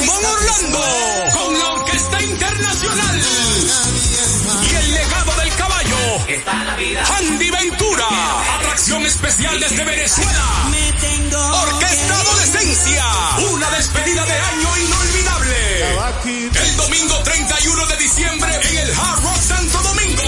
Cantando con la Orquesta Internacional y el legado del caballo, Andy Ventura, atracción especial desde Venezuela, Orquesta Adolescencia, una despedida de año inolvidable. El domingo 31 de diciembre en el Hard Rock Santo Domingo.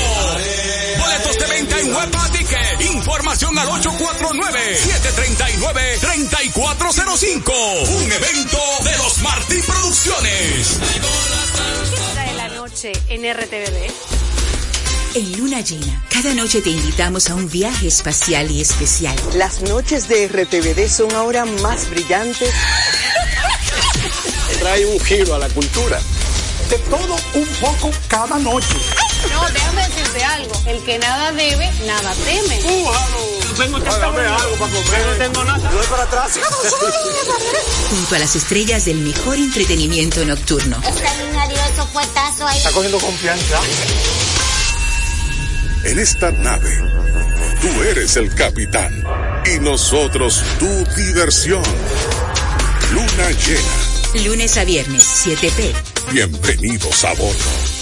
Boletos de venta en Huepa Ticket. Información al 849-739-3405. Un evento de los Martí Producciones. de la noche en RTVD. En Luna Llena, cada noche te invitamos a un viaje espacial y especial. Las noches de RTVD son ahora más brillantes. Trae un giro a la cultura. De todo un poco cada noche. No, déjame decirte algo. El que nada debe, nada teme. Tengo que algo para comer. No tengo nada. Voy para atrás. Junto a las estrellas del mejor entretenimiento nocturno. eso fue tazo ahí. Está cogiendo confianza. En esta nave, tú eres el capitán y nosotros tu diversión. Luna llena. Lunes a viernes, 7p. Bienvenidos a bordo.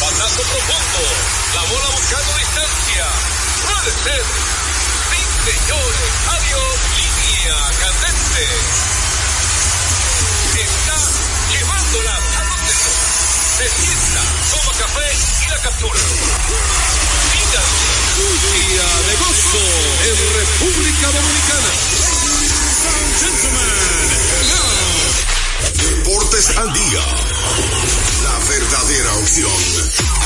Batazo profundo. La bola buscando distancia. Puede ser. Sí, señores. Adiós. Línea candente. Está llevándola. ¿A dónde no? Se sienta, toma café y la captura. Vida. Un día de gozo en República Dominicana. Ladies and gentlemen. Deportes al día. La verdadera opción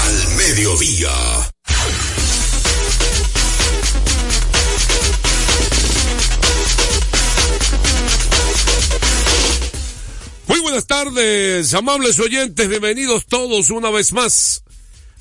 al mediodía. Muy buenas tardes, amables oyentes, bienvenidos todos una vez más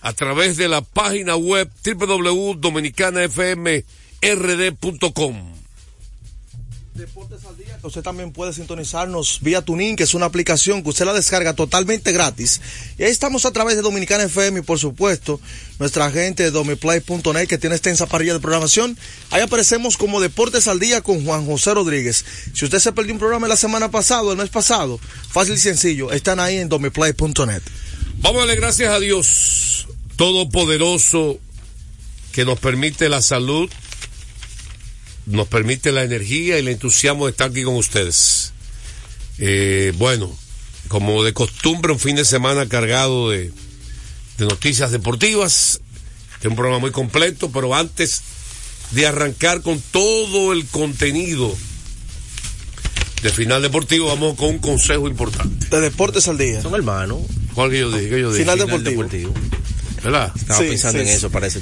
a través de la página web www.dominicanafmrd.com. Usted también puede sintonizarnos vía Tuning, que es una aplicación que usted la descarga totalmente gratis. Y ahí estamos a través de Dominicana FM y por supuesto nuestra gente de domiplay.net que tiene extensa parrilla de programación. Ahí aparecemos como Deportes al Día con Juan José Rodríguez. Si usted se perdió un programa la semana pasada o el mes pasado, fácil y sencillo, están ahí en domiplay.net. Vamos a darle gracias a Dios Todopoderoso que nos permite la salud, nos permite la energía y el entusiasmo de estar aquí con ustedes. Eh, bueno, como de costumbre, un fin de semana cargado de, de noticias deportivas. Este es un programa muy completo, pero antes de arrancar con todo el contenido de Final Deportivo, vamos con un consejo importante. De Deportes al Día. Son hermanos. ¿Cuál que yo dije? Que yo dije? Final Deportivo. ¿Verdad? Estaba Sí, pensando sí, en sí. eso, parece.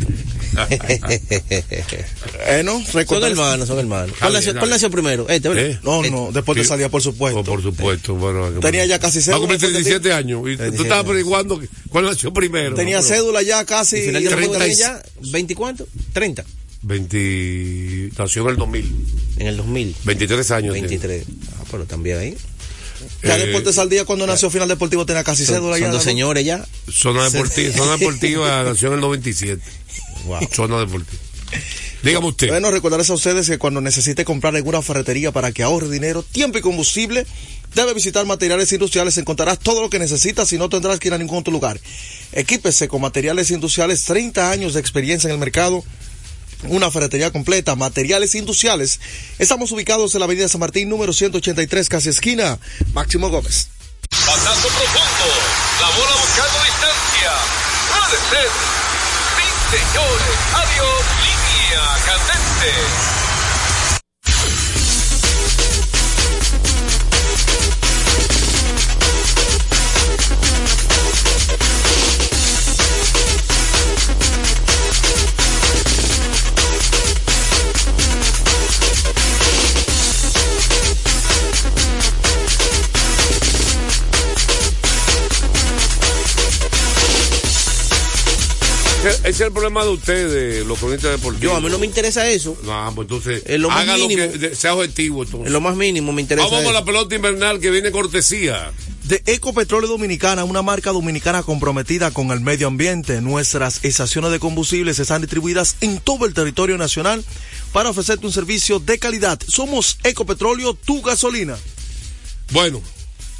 Eh, no, Son recuerda- hermanos, son hermanos. Ah, ¿Cuál nació, cuál nació primero? Este, ¿verdad? ¿Eh? No, no, Deportes Sí. al Día, por supuesto. Oh, por supuesto, bueno. Tenía ya casi Va a cumplir cédula, 37 años. Y tú 37 estabas averiguando que- cuál nació primero. Tenía No, pero- cédula ya casi. Y final de Recuerda- cuentas, Ya, ¿20 cuánto? 30. 20. Nació en el 2000. En el 2000. 23 años. 23. Ah, pero también ahí. Ya Eh, Deportes al Día cuando nació Final Deportivo tenía casi Eh, Son- cédula son ya. dos ¿no? señores ya. Zona deportiva, zona deportiva nació en el 97. Zona deportiva. Dígame usted. Bueno, recordarles a ustedes que cuando necesite comprar alguna ferretería para que ahorre dinero, tiempo y combustible, debe visitar materiales industriales. Encontrarás todo lo que necesitas y no tendrás que ir a ningún otro lugar. Equípese con materiales industriales, 30 años de experiencia en el mercado. Una ferretería completa, materiales industriales. Estamos ubicados en la avenida San Martín, número 183, casi esquina. Máximo Gómez. Batazo profundo. La bola buscando distancia. Puede puede ser. Sí, señores. Adiós, línea candente. Ese es el problema de ustedes, los cronistas deportivos. Yo, a mí no me interesa eso. No, pues entonces, Es lo más haga lo que mínimo. de- sea objetivo. Entonces. En lo más mínimo me interesa. Ah, vamos eso. a la pelota invernal que viene cortesía. De Ecopetróleo Dominicana, una marca dominicana comprometida con el medio ambiente. Nuestras estaciones de combustibles están distribuidas en todo el territorio nacional para ofrecerte un servicio de calidad. Somos Ecopetróleo, tu gasolina. Bueno,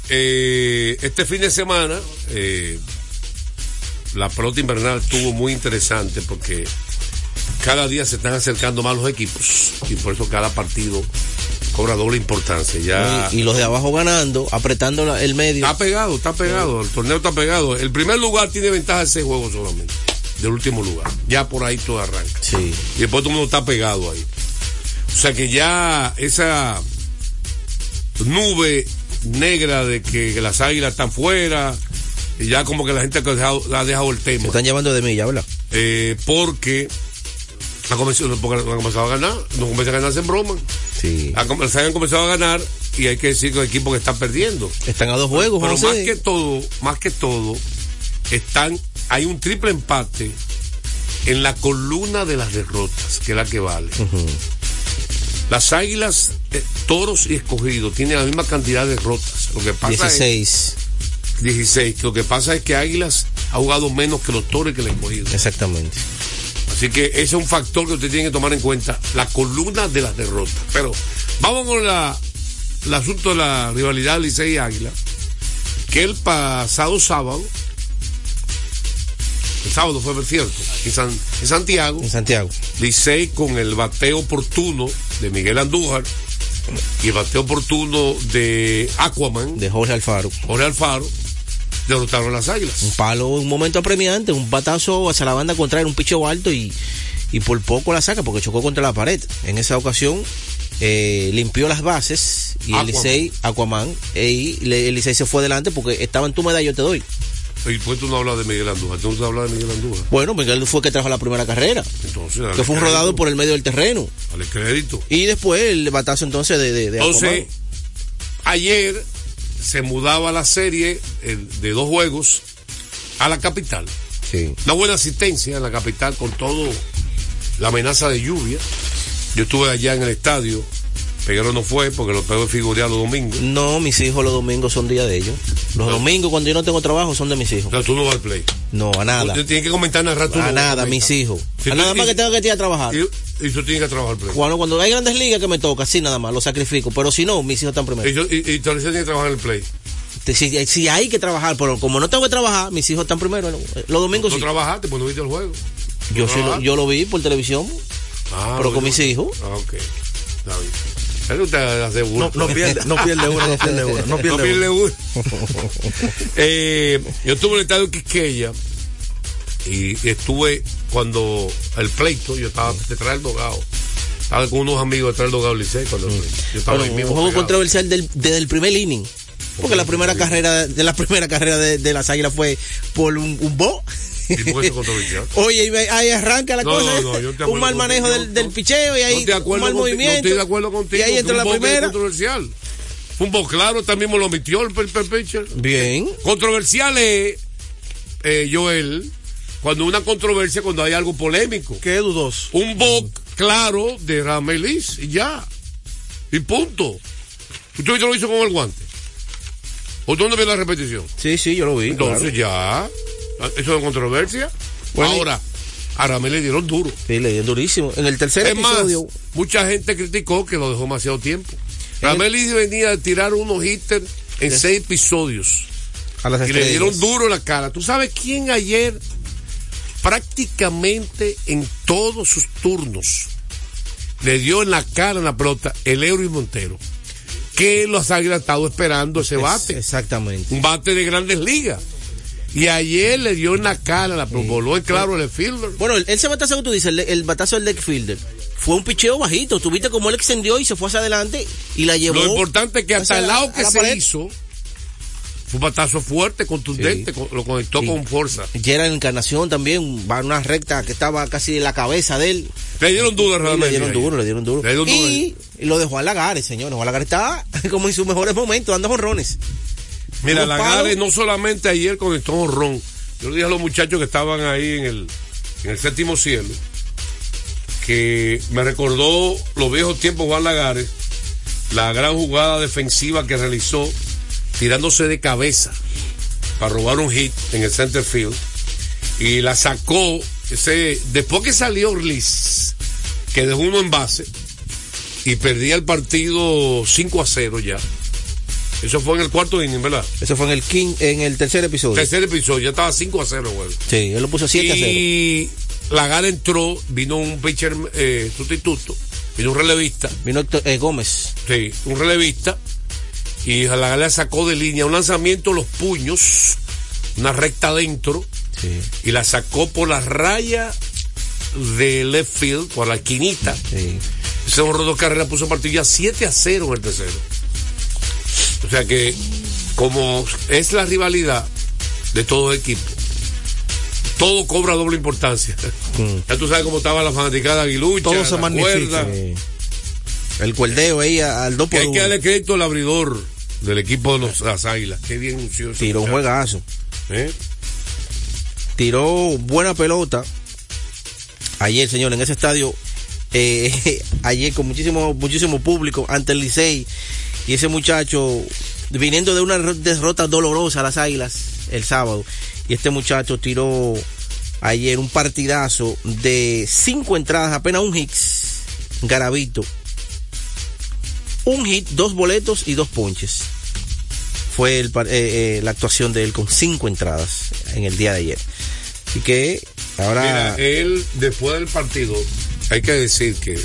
eh, este fin de semana eh, la pelota invernal estuvo muy interesante porque cada día se están acercando más los equipos y por eso cada partido cobra doble importancia. Ya Y, y los de abajo ganando, apretando la- el medio. Eh. Está pegado, está pegado, el torneo está pegado. El primer lugar tiene ventaja de seis juegos solamente, del último lugar. Ya por ahí todo arranca. Sí. Y después todo el mundo está pegado ahí. O sea que ya esa nube negra de que las águilas están fuera, y ya como que la gente ha dejado, ha dejado el tema. Se están llevando de milla, ¿verdad? Eh, porque ha comenzado, porque han comenzado a ganar, no comienzan a ganarse en broma. Sí. Ha com- se han comenzado a ganar y hay que decir que los equipos que están perdiendo. Están a dos juegos, Pero José. más que todo, más que todo, están, hay un triple empate en la columna de las derrotas, que es la que vale. Las águilas, eh, toros y escogidos tienen la misma cantidad de derrotas. Lo que pasa es- 16. 16. Lo que pasa es que Águilas ha jugado menos que los toros y que el escogido. Exactamente. Así que ese es un factor que usted tiene que tomar en cuenta, la columna de las derrotas. Pero vamos con la, el asunto de la rivalidad Licey y Águila, que el pasado sábado, el sábado fue por cierto, en, San- en Santiago, En Santiago. Licey con el bateo oportuno de Miguel Andújar y el bateo oportuno de Aquaman, De Jorge Alfaro. Jorge Alfaro, derrotaron a las Águilas. Un palo, un momento apremiante, un batazo hacia la banda contraria, un picheo alto y, y por poco la saca porque chocó contra la pared. En esa ocasión eh, limpió las bases y Aquaman. el Licey, Aquaman, eh, y le- el Licey se fue adelante porque estaba en tu medalla, yo te doy. Y pues tú no hablas de Miguel Andújar, tú no hablas de Miguel Andújar. Bueno, Miguel fue el que trajo la primera carrera, Entonces, que dale fue un crédito, rodado por el medio del terreno. Dale crédito. Y después el batazo entonces de, de, de Entonces, Aquaman. ayer se mudaba la serie eh, de dos juegos a la capital. Sí. Una buena asistencia en la capital con todo la amenaza de lluvia. Yo estuve allá en el estadio. Peguero no fue porque lo pegó figurear los domingos. No, mis hijos los domingos son día de ellos. Los domingos cuando yo no tengo trabajo son de mis hijos. O sea, tú no vas al play. No, a nada. Usted tiene que comentar narrar tú A no nada, comentas. mis hijos. Si a tú- nada más y- que tengo que ir a trabajar. Y, y tú tienes que trabajar play. Cuando, cuando hay grandes ligas que me toca, sí, nada más, lo sacrifico. Pero si no, mis hijos están primero. Y, yo- y, y Torres tiene que trabajar en el play. Te- Si, si hay que trabajar, pero como no tengo que trabajar, mis hijos están primero. Los los domingos Tú sí. trabajaste, pues no viste el juego. Yo, no sí lo, trabajaste. yo lo vi por televisión, Ah, pero bueno. con mis hijos. Ah, ok. Está bien. Pero usted hace No, burla. no pierde, no pierde uno, no pierde uno, no pierde No pierde uno. Eh, yo estuve en el estadio Quisqueya y estuve cuando el pleito, yo estaba detrás del dogado. Estaba con unos amigos detrás del dogado Licey cuando el pleito. yo estaba Bueno, ahí Mm. un mismo. juego pegado. controversial del- desde el primer inning. Porque la primera carrera de la primera carrera de, de las águilas fue por un, un bo. ¿Y por qué eso controversial? Oye, y ve- ahí arranca la No, cosa. ¿eh? no, no, yo te acuerdo un mal contigo, manejo yo- del, del picheo y No ahí estoy de un acuerdo mal conti- movimiento. No estoy de acuerdo contigo. Y ahí que entra un la bobo es primera. controversial. Fue un bobo claro, también me lo omitió el, el, el pitcher. Bien. Controversial es, eh, Joel, cuando una controversia, cuando hay algo polémico. Qué dudoso. Un voz claro de Ramelis y ya. Y punto. ¿Usted viste lo hizo con el guante? ¿O dónde ve la repetición? Sí, sí, yo lo vi. Entonces claro. ya. Ah, Eso es controversia. Bueno, y- Ahora, a Ramelis le dieron duro. Sí, le dio durísimo. En el tercer Es más, episodio. Eh, mucha gente criticó que lo dejó demasiado tiempo. Ramelis venía a tirar unos hitters en seis episodios. A las Y le dieron estrellas. duro en la cara. ¿Tú sabes quién ayer prácticamente en todos sus turnos le dio en la cara en la pelota el Euro y Montero? Que los águilas han estado esperando ese Es- bate. Exactamente. Un bate de grandes ligas. Y ayer le dio una cara, la voló en claro el fielder. Bueno, el- ese batazo que tú dices, el, el batazo del left fielder, fue un picheo bajito. Tuviste como él extendió y se fue hacia adelante y la llevó. Lo importante es que hasta hacia el la- lado a que la se pared. hizo fue un batazo fuerte, contundente, con- lo conectó con fuerza. Gerard Encarnación también, va en una recta que estaba casi en la cabeza de él. Le dieron duro realmente. Le dieron ayer. duro, le dieron duro. Le dieron duro. Y, y lo de Juan Lagares, señor. Juan Lagares está como en sus mejores momentos, dando jonrones. Mira, Unos Lagares palos. no solamente ayer conectó un ron. Yo le dije a los muchachos que estaban ahí en el, en el séptimo cielo que me recordó los viejos tiempos Juan Lagares, la gran jugada defensiva que realizó tirándose de cabeza para robar un hit en el center field y la sacó ese, después que salió Ortiz que dejó uno en base y perdía el partido 5 a 0 ya. Eso fue en el cuarto inning, ¿verdad? Eso fue en el quin- en el tercer episodio. Tercer episodio, ya estaba 5 a 0, güey. Sí, él lo puso 7 a 0. Y Lagar entró, vino un pitcher eh, sustituto, vino un relevista. Vino Héctor- eh, Gómez. Sí, un relevista. Y Lagar la sacó de línea, un lanzamiento a los puños, una recta adentro. Y la sacó por la raya de left field, por la esquinita. Ese honró dos carreras, puso partido ya 7 a 0 en el tercero. O sea que, como es la rivalidad de todo equipo, todo cobra doble importancia. Mm. Ya tú sabes cómo estaba la fanaticada Aguilucha. Todo se la magnifica. cuerda. El cuerdeo ahí a- al 2 Que por hay que darle uno. crédito al abridor del equipo de los, las Águilas. Qué bien lució ese Tiró un muchacho. juegazo. ¿Eh? Tiró buena pelota. Ayer, señor, en ese estadio, eh, ayer con muchísimo, muchísimo público ante el Licey. Y ese muchacho, viniendo de una ro- derrota dolorosa a las Águilas el sábado. Y este muchacho tiró ayer un partidazo de cinco entradas, apenas un hit. Garabito. Un hit, dos boletos y dos ponches. Fue el par- eh, eh, la actuación de él con cinco entradas en el día de ayer. Así que ahora... Mira, él después del partido, hay que decir que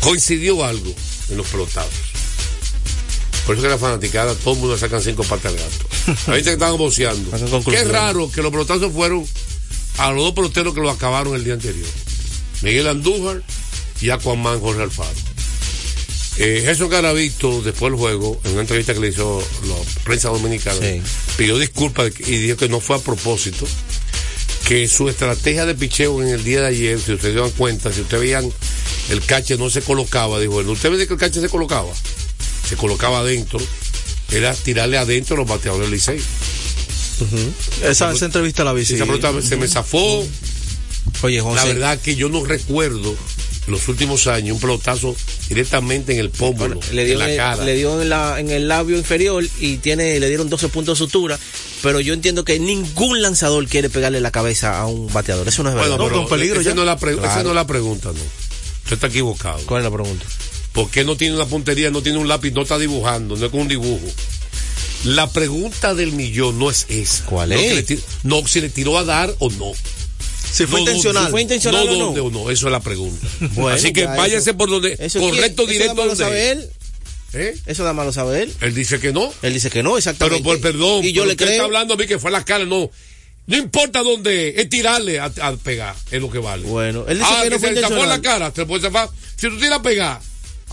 coincidió algo en los pelotados. Por eso que la fanaticada, todo el mundo le sacan cinco patas al gato. La gente que estaban boceando. Qué conclusiones. raro que los pelotazos fueron a los dos peloteros que lo acabaron el día anterior. Miguel Andújar y Aquaman Jorge Alfaro. Eh, Gerson Garavito, después del juego, en una entrevista que le hizo la prensa dominicana, pidió disculpas y dijo que no fue a propósito, que su estrategia de picheo en el día de ayer, si ustedes se dan cuenta, si ustedes veían, el cache no se colocaba, dijo él. ¿Usted ve que el cache se colocaba? Se colocaba adentro, era tirarle adentro a los bateadores del Licey. Esa, esa entrevista la vi. sí. Esa pelota se me zafó. Oye, José. La verdad que yo no recuerdo en los últimos años un pelotazo directamente en el pómulo, le dio, en la en, cara. el, le dio en, la- en el labio inferior y tiene le dieron 12 puntos de sutura, pero yo entiendo que ningún lanzador quiere pegarle la cabeza a un bateador. Eso no es Bueno, verdad. pero esa no es la pre- esa Claro. no es la pregunta, no. Usted está equivocado. ¿Cuál es la pregunta? ¿Por qué no tiene una puntería, no tiene un lápiz, no está dibujando, no es con un dibujo? La pregunta del millón no es esa. ¿Cuál es? no, si le tiró a dar o no. Si fue No, intencional. dónde, Si fue intencional no, o no. dónde o no, eso es la pregunta. Bueno, Así que ya váyase eso- por donde, eso correcto, quién- directo Eso da malo donde saber es. él. Eso da malo saber él. Él dice que no. Él dice que no, exactamente. Pero por perdón, Y yo pero le usted está creo. hablando a mí que fue a la cara, no. No importa dónde, es, es tirarle a, a pegar, es lo que vale. Bueno, él dice ah, que no fue se le tapó en la intencional. cara, te puede zafar. Si tú tiras a pegar,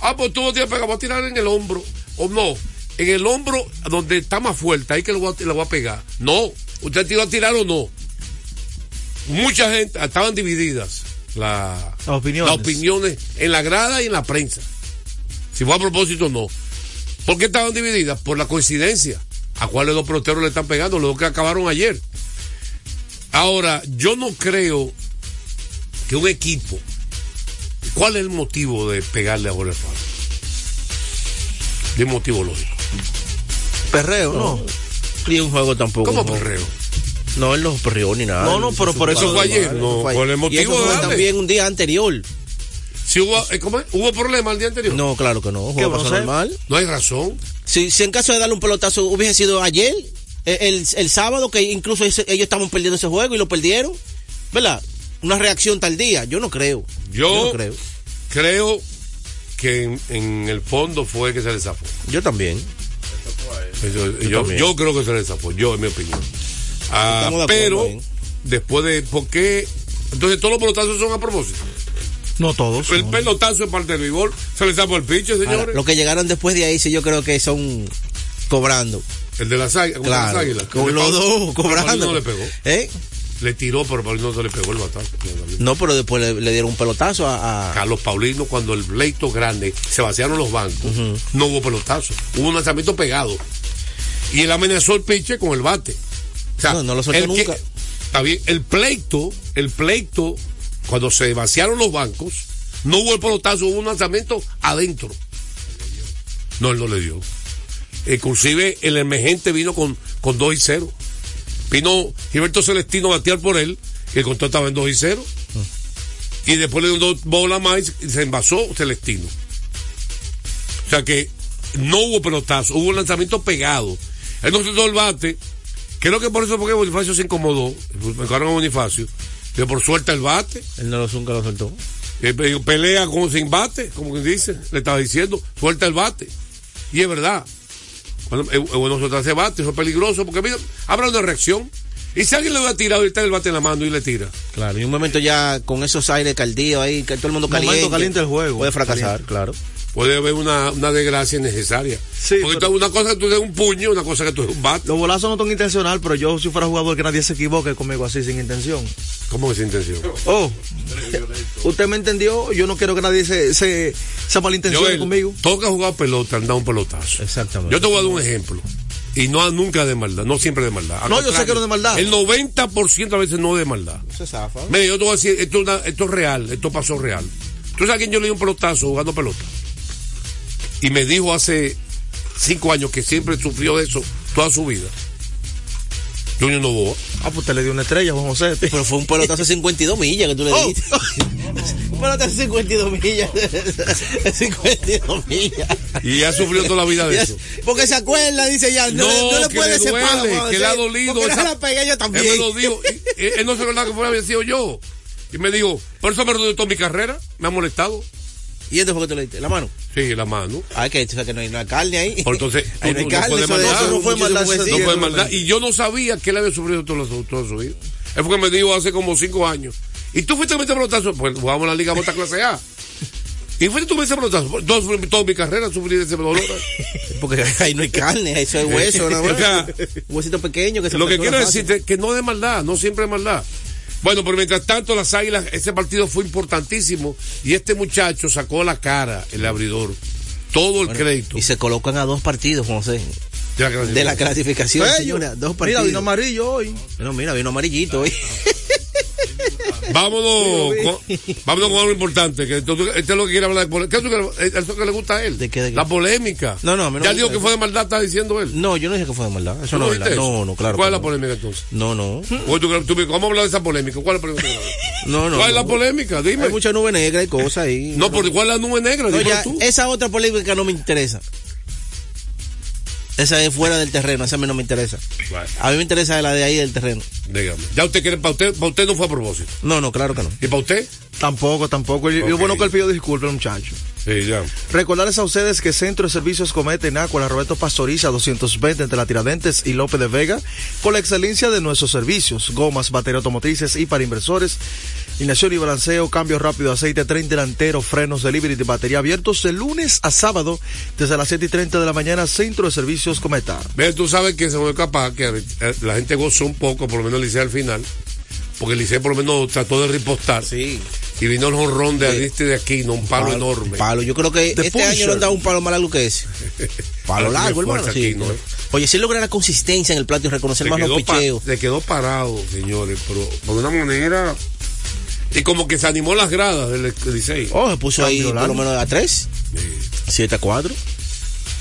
ah, pues tú no tiras a pegar, voy a tirar en el hombro. O no, en el hombro donde está más fuerte, ahí que lo voy a, lo voy a pegar. No, usted tiró a tirar o no. Mucha gente, estaban divididas la, Las opiniones. las opiniones en la grada y en la prensa. Si fue a propósito o no. ¿Por qué estaban divididas? Por la coincidencia. ¿A cuáles dos peloteros le están pegando? Los dos que acabaron ayer. Ahora, yo no creo que un equipo. ¿Cuál es el motivo de pegarle a Jorge Alfaro? De un motivo lógico. Perreo, no. Ni un juego tampoco. ¿Cómo un juego. perreo? No, él no perreó ni nada. No, no, pero por eso fue ayer, no, fue por el Y motivo eso fue de darle. también un día anterior. Si hubo, eh, ¿cómo es? ¿Hubo problema el día anterior? No, claro que no. Juego vamos a pasó hacer? normal. No hay razón. Si, si en caso de darle un pelotazo hubiese sido ayer, eh, el, el sábado, que incluso ese- ellos estaban perdiendo ese juego y lo perdieron, ¿verdad? Una reacción tardía, yo no creo. Yo, no creo. creo. que en, en el fondo fue que se le zafó. Yo también. Eso- Yo yo, también. yo creo que se le zafó, yo, en mi opinión. Ah, Estamos de acuerdo ¿eh? pero, ahí. después de. ¿Por qué? Entonces, todos los pelotazos son a propósito. No todos. El pelotazo es parte del béisbol. Se le está por el pinche, Ahora, señores. los que llegaron después de ahí, sí, yo creo que son cobrando. El de las águilas. Claro, las águilas. con El de los Paul- dos pero cobrando. Paulino no le pegó. ¿Eh? Le tiró, pero Paulino no le pegó el batazo. No, pero después le, le dieron un pelotazo a. a- Carlos Paulino, cuando el pleito grande se vaciaron los bancos, no hubo pelotazo. Hubo un lanzamiento pegado. Y él amenazó el pinche con el bate. O sea, No, no lo soltó el que- nunca. está bien. El pleito, el pleito, cuando se vaciaron los bancos, no hubo el pelotazo, hubo un lanzamiento adentro. No, él no le dio. Inclusive el emergente vino con, con 2 y 0. Vino Gilberto Celestino a batear por él, que el contrato estaba en 2 y 0. Y después le dio dos bolas más y se envasó Celestino. O sea que no hubo pelotazo, hubo un lanzamiento pegado. Él no soltó el bate. Creo que por eso porque Bonifacio se incomodó. Me acuerdo a Bonifacio. Que por suerte el bate. Él no lo nunca lo soltó. Eh, pe- pelea con, sin bate, como quien dice, le estaba diciendo, suelta el bate. Y es verdad. Bueno, es, es bueno soltar ese bate, eso es peligroso, porque mira, habrá una reacción. Y si alguien le hubiera tirado, ahorita el bate en la mano y le tira. Claro, y un momento ya con esos aires caldíos ahí, que todo el mundo caliente. del Puede fracasar, claro. Puede haber una, una desgracia innecesaria. porque tú- una cosa que tú des un puño, una cosa que tú des un bate. Los bolazos no son intencional, pero yo si fuera jugador que nadie se equivoque conmigo así sin intención. ¿Cómo que sin intención? Oh, usted me entendió, yo no quiero que nadie se, se, se malintencione Joel, conmigo. Toca jugar pelota, anda un pelotazo. Exactamente. Yo te voy a dar un ejemplo. Y no nunca de maldad, no siempre de maldad. Al No, yo sé contrario, que no de maldad. El 90% a veces no de maldad. Se zafa. Mire, yo te voy a decir, esto, es una- esto es real, esto pasó real. ¿Tú sabes a quién yo le di un pelotazo jugando pelota? Y me dijo hace cinco años que siempre sufrió de eso toda su vida. Junior Novoa. Ah, pues usted le dio una estrella, Juan José. Pero fue un pelotazo de 52 millas que Oh. tú le diste. Un pelotazo de 52 millas. 52 millas. Y ha sufrido toda la vida de eso. Porque se acuerda, dice ya, no, No, no le que puede le ese duele, palo, Juan que le José, ha dolido Porque esa- no la pegué yo también. Él me lo dijo. y- y- él no se acordaba que fuera había sido yo. Y me dijo, por eso me rodeo toda mi carrera, me ha molestado. ¿Y este fue que tú le diste? ¿La mano? Sí, la mano. Ah, que, o sea, que no hay una carne ahí. Por entonces, Ahí tú no hay no carne, puedes eso de- maldad. eso no fue Mucho maldad, se eso No sí, fue no maldad. Y yo no sabía que él había sufrido toda, la- toda su vida. Es porque me dijo hace como cinco años. Y tú fuiste a meter pelotazo. Pues jugamos en la Liga Bota Clase A. Y fuiste tú a meter pelotazo. Todo- Toda, mi carrera sufrí de ese dolor. Porque ahí no hay carne, eso es hueso, nada más. Eh, O sea, Un huesito pequeño que se Lo que fractura quiero fácil. decirte es que no de maldad, no siempre es maldad. Bueno, pero mientras tanto, las águilas, ese partido fue importantísimo. Y este muchacho sacó la cara, el abridor. Todo el crédito. Y se colocan a dos partidos, José. De la De la clasificación, Bello. señora. Dos Mira, partidos. vino amarillo hoy. No, mira, vino amarillito hoy. Vámonos, con, vámonos con algo importante. Que esto, esto es lo que quiere hablar. de pole- ¿Qué es lo que, es lo que le gusta a él? La polémica. No, no, a mí no Ya me dijo gusta que fue de maldad, está diciendo él. No, yo no dije que fue de maldad. Eso ¿Tú no, no es verdad. viste eso? No, no, claro. ¿Cuál es que la no. polémica entonces? No, no. Oye, tú- tú me- vamos a hablar de esa polémica. ¿Cuál es la polémica? No, no. ¿Cuál es la no. polémica? Dime. Hay mucha nube negra y cosas ahí. No, por igual la nube negra. No, dímelo ya, tú. esa otra polémica no me interesa. Esa es fuera del terreno, esa a mí no me interesa. A mí me interesa la de ahí del terreno. Dígame. Ya usted quiere, para usted, para usted no fue a propósito. No, no, claro que no. ¿Y para usted? Tampoco, tampoco. Y- y Ok. bueno que él pidió disculpas, muchacho. Sí, ya. Recordarles a ustedes que Centro de Servicios Cometa en Acuela Roberto Pastoriza 220 entre la Tiradentes y López de Vega, con la excelencia de nuestros servicios, gomas, baterías automotrices y para inversores, Ignición y balanceo, cambio rápido de aceite, tren delantero, frenos, delivery de batería abiertos de lunes a sábado desde las 7 y 30 de la mañana, Centro de Servicios Cometa. Ve, tú sabes que se me capaz que eh, la gente gozó un poco, por lo menos el Licey al final, porque el Licey por lo menos trató de ripostar. Y vino el jonrón de Ariste de Aquino, un palo, enorme. Palo, yo creo que The este año Pusher. no han dado un palo más largo que ese. Ahora Palo tiene largo, hermano. fuerza sí. Aquino, eh. Oye, si logra la consistencia en el plato y reconocer Se más los quedó, pa- picheos. se quedó parado, señores, pero por una manera. Y como que se animó las gradas del Licey. Oh, se puso ahí Cambio por lo largo. menos a tres. Siete a cuatro.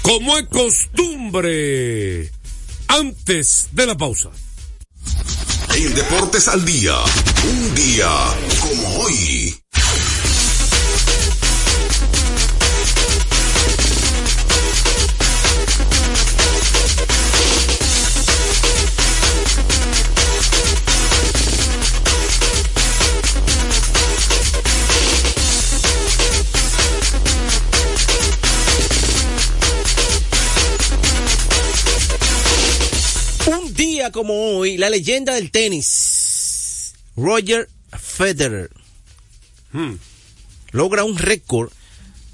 Como es costumbre, antes de la pausa. En Deportes al Día, un día como hoy. Un día día como hoy, la leyenda del tenis, Roger Federer, hmm. logra un récord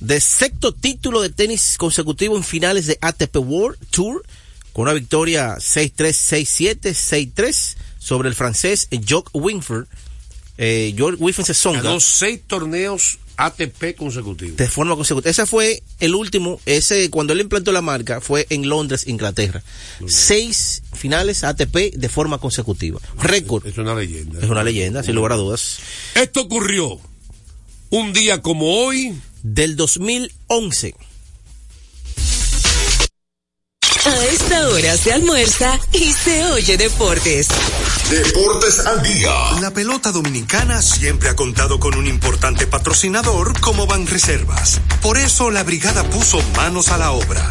de sexto título de tenis consecutivo en finales de ATP World Tour, con una victoria 6-3, 6-7, 6-3 sobre el francés Jock Winford. Eh, George Winford se songa. Ganó seis torneos ATP consecutivos. De forma consecutiva. Ese fue el último, ese cuando él implantó la marca fue en Londres, Inglaterra. Seis finales ATP de forma consecutiva. Récord. Es una leyenda. Es una leyenda, sin lugar a dudas. Esto ocurrió un día como hoy del 2011. A esta hora se almuerza y se oye deportes. Deportes al día. La pelota dominicana siempre ha contado con un importante patrocinador como Banreservas. Por eso la brigada puso manos a la obra.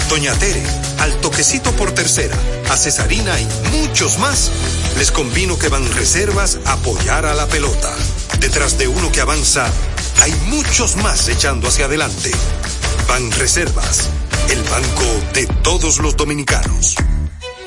Doña Tere, al toquecito por tercera, a Cesarina y muchos más, les convino que van reservas a apoyar a la pelota. Detrás de uno que avanza, hay muchos más echando hacia adelante. Van Reservas, el banco de todos los dominicanos.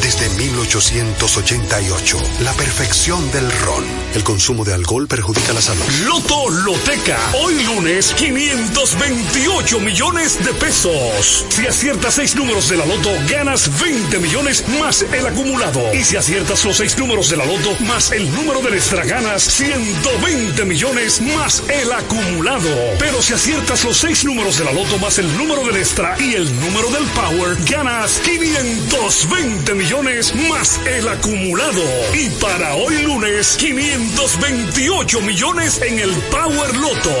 desde 1888. La perfección del ron. El consumo de alcohol perjudica la salud. Loto Loteca. Hoy lunes, 528 millones de pesos. Si aciertas seis números de la Loto, ganas 20 millones más el acumulado. Y si aciertas los seis números de la Loto más el número de extra, ganas 120 millones más el acumulado. Pero si aciertas los seis números de la Loto más el número del extra y el número del Power, ganas 520 20 millones más el acumulado. Y para hoy lunes, 528 millones en el Power Loto.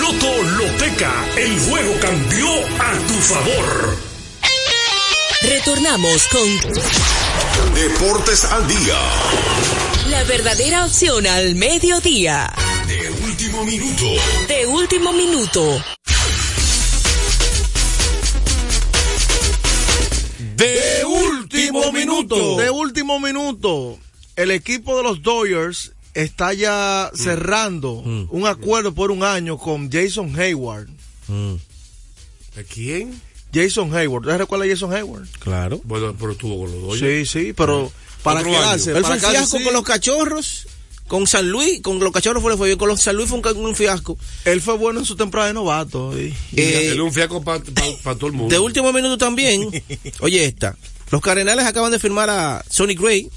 Loto Loteca, el juego cambió a tu favor. Retornamos con Deportes al Día. La verdadera opción al mediodía. De último minuto. De último minuto. De último minuto. De último minuto. El equipo de los Dodgers está ya mm. cerrando mm. un acuerdo por un año con Jason Hayward. Mm. ¿De quién? Jason Hayward. ¿Ustedes recuerdan a Jason Hayward? Claro. Bueno, pero estuvo con los Dodgers. Sí, sí, pero para quedarse. Él fue un fiasco sí. con los cachorros. Con San Luis, con los cachorros fue, fue bien, con los San Luis fue un, un, fiasco. Él fue bueno en su temporada de novato. Y, eh, él un fiasco para pa, pa todo el mundo. De último minuto también, oye esta, los Cardenales acaban de firmar a Sonny Gray,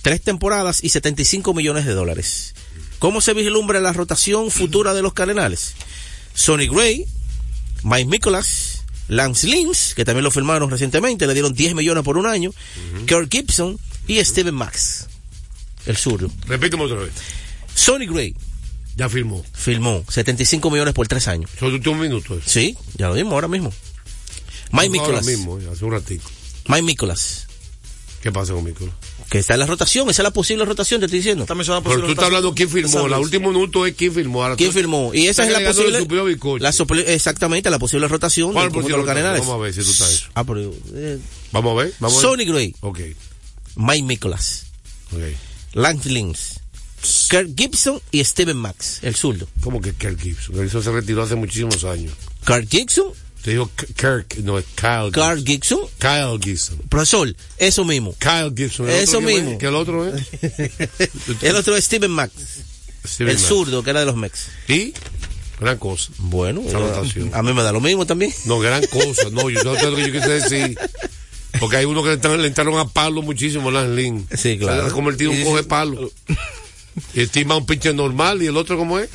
tres temporadas y 75 millones de dólares. ¿Cómo se vislumbra la rotación futura de los Cardenales? Sonny Gray, Mike Nicholas, Lance Lins, que también lo firmaron recientemente, le dieron 10 millones por un año, uh -huh. Kirk Gibson y uh -huh. Steven Max el sur. Repíteme otra vez. Sonny Gray. Ya firmó. Firmó. 75 millones por tres años. Son últimos minutos. Sí, ya lo vimos ahora mismo. Mike no, Nicholas. Ahora mismo, hace un ratito. Mike Nicholas. ¿Qué pasa con Nicholas? Que está en la rotación, esa es la posible rotación, te estoy diciendo. Pero tú estás hablando quién firmó, la última minuto es quién firmó. Ahora ¿Quién firmó? Y esa es la posible. La exactamente, la posible rotación. ¿Cuál del de los canales? Vamos a ver si tú estás eso. Ah, pero, eh. Vamos a ver. Vamos Sonny Gray. Ok. Mike Nicholas. Ok. Lance Lins, Kirk Gibson y Steven Max, el zurdo. ¿Cómo que Kirk Gibson? Eso se retiró hace muchísimos años. ¿Kirk Gibson? Te dijo Kirk, no es Kyle Gibson. ¿Kirk Gibson? Kyle Gibson. Profesor, eso mismo. Kyle Gibson. Eso mismo. Que, que el otro es? el otro es Steven Max. Steven el Max. zurdo, que era de los Mex. ¿Y? Gran cosa. Bueno, a, a mí me da lo mismo también. No, gran cosa. No, yo, no yo quise decir. Porque hay uno que le entraron, a palo muchísimo, Lanslin. Sí, claro. Se ha convertido en un coge palo. Y el team va un pinche normal y el otro cómo es.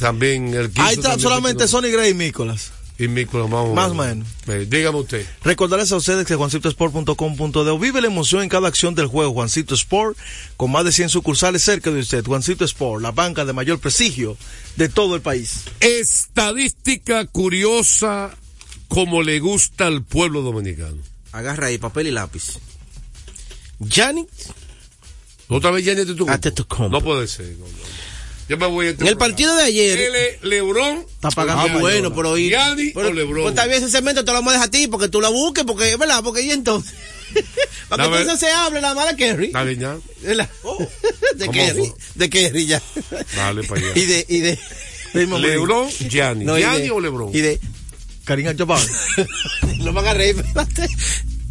También el Ahí está solamente Sony Gray y Nicolas. Y Nicolas, más o Más o menos. Eh, dígame usted. Recordarles a ustedes que juancitosport.com.de vive la emoción en cada acción del juego. Juancito Sport, con más de 100 sucursales cerca de usted. Juancito Sport, la banca de mayor prestigio de todo el país. Estadística curiosa como le gusta al pueblo dominicano. Agarra ahí papel y lápiz. Gianni. Otra vez Gianni Antetokounmpo. No puede ser. no, no. Yo me voy a En el partido de ayer. L- Lebron. Está pagando Ah, bueno, pero hoy. Gianni pero- o Lebron. Pues tal vez ese segmento te lo vamos a dejar a ti porque tú la busques, porque, ¿verdad? Porque y entonces. para que Dame- entonces se hable la mala Kerry. Está bien ya. ¿verdad? De ¿Cómo Kerry. De Kerry ya. Dale para allá. Y de. Y de Lebron, Gianni. No, y de- Gianni o Lebron. Y de. Karina Jabbar. No van a reír, espérate.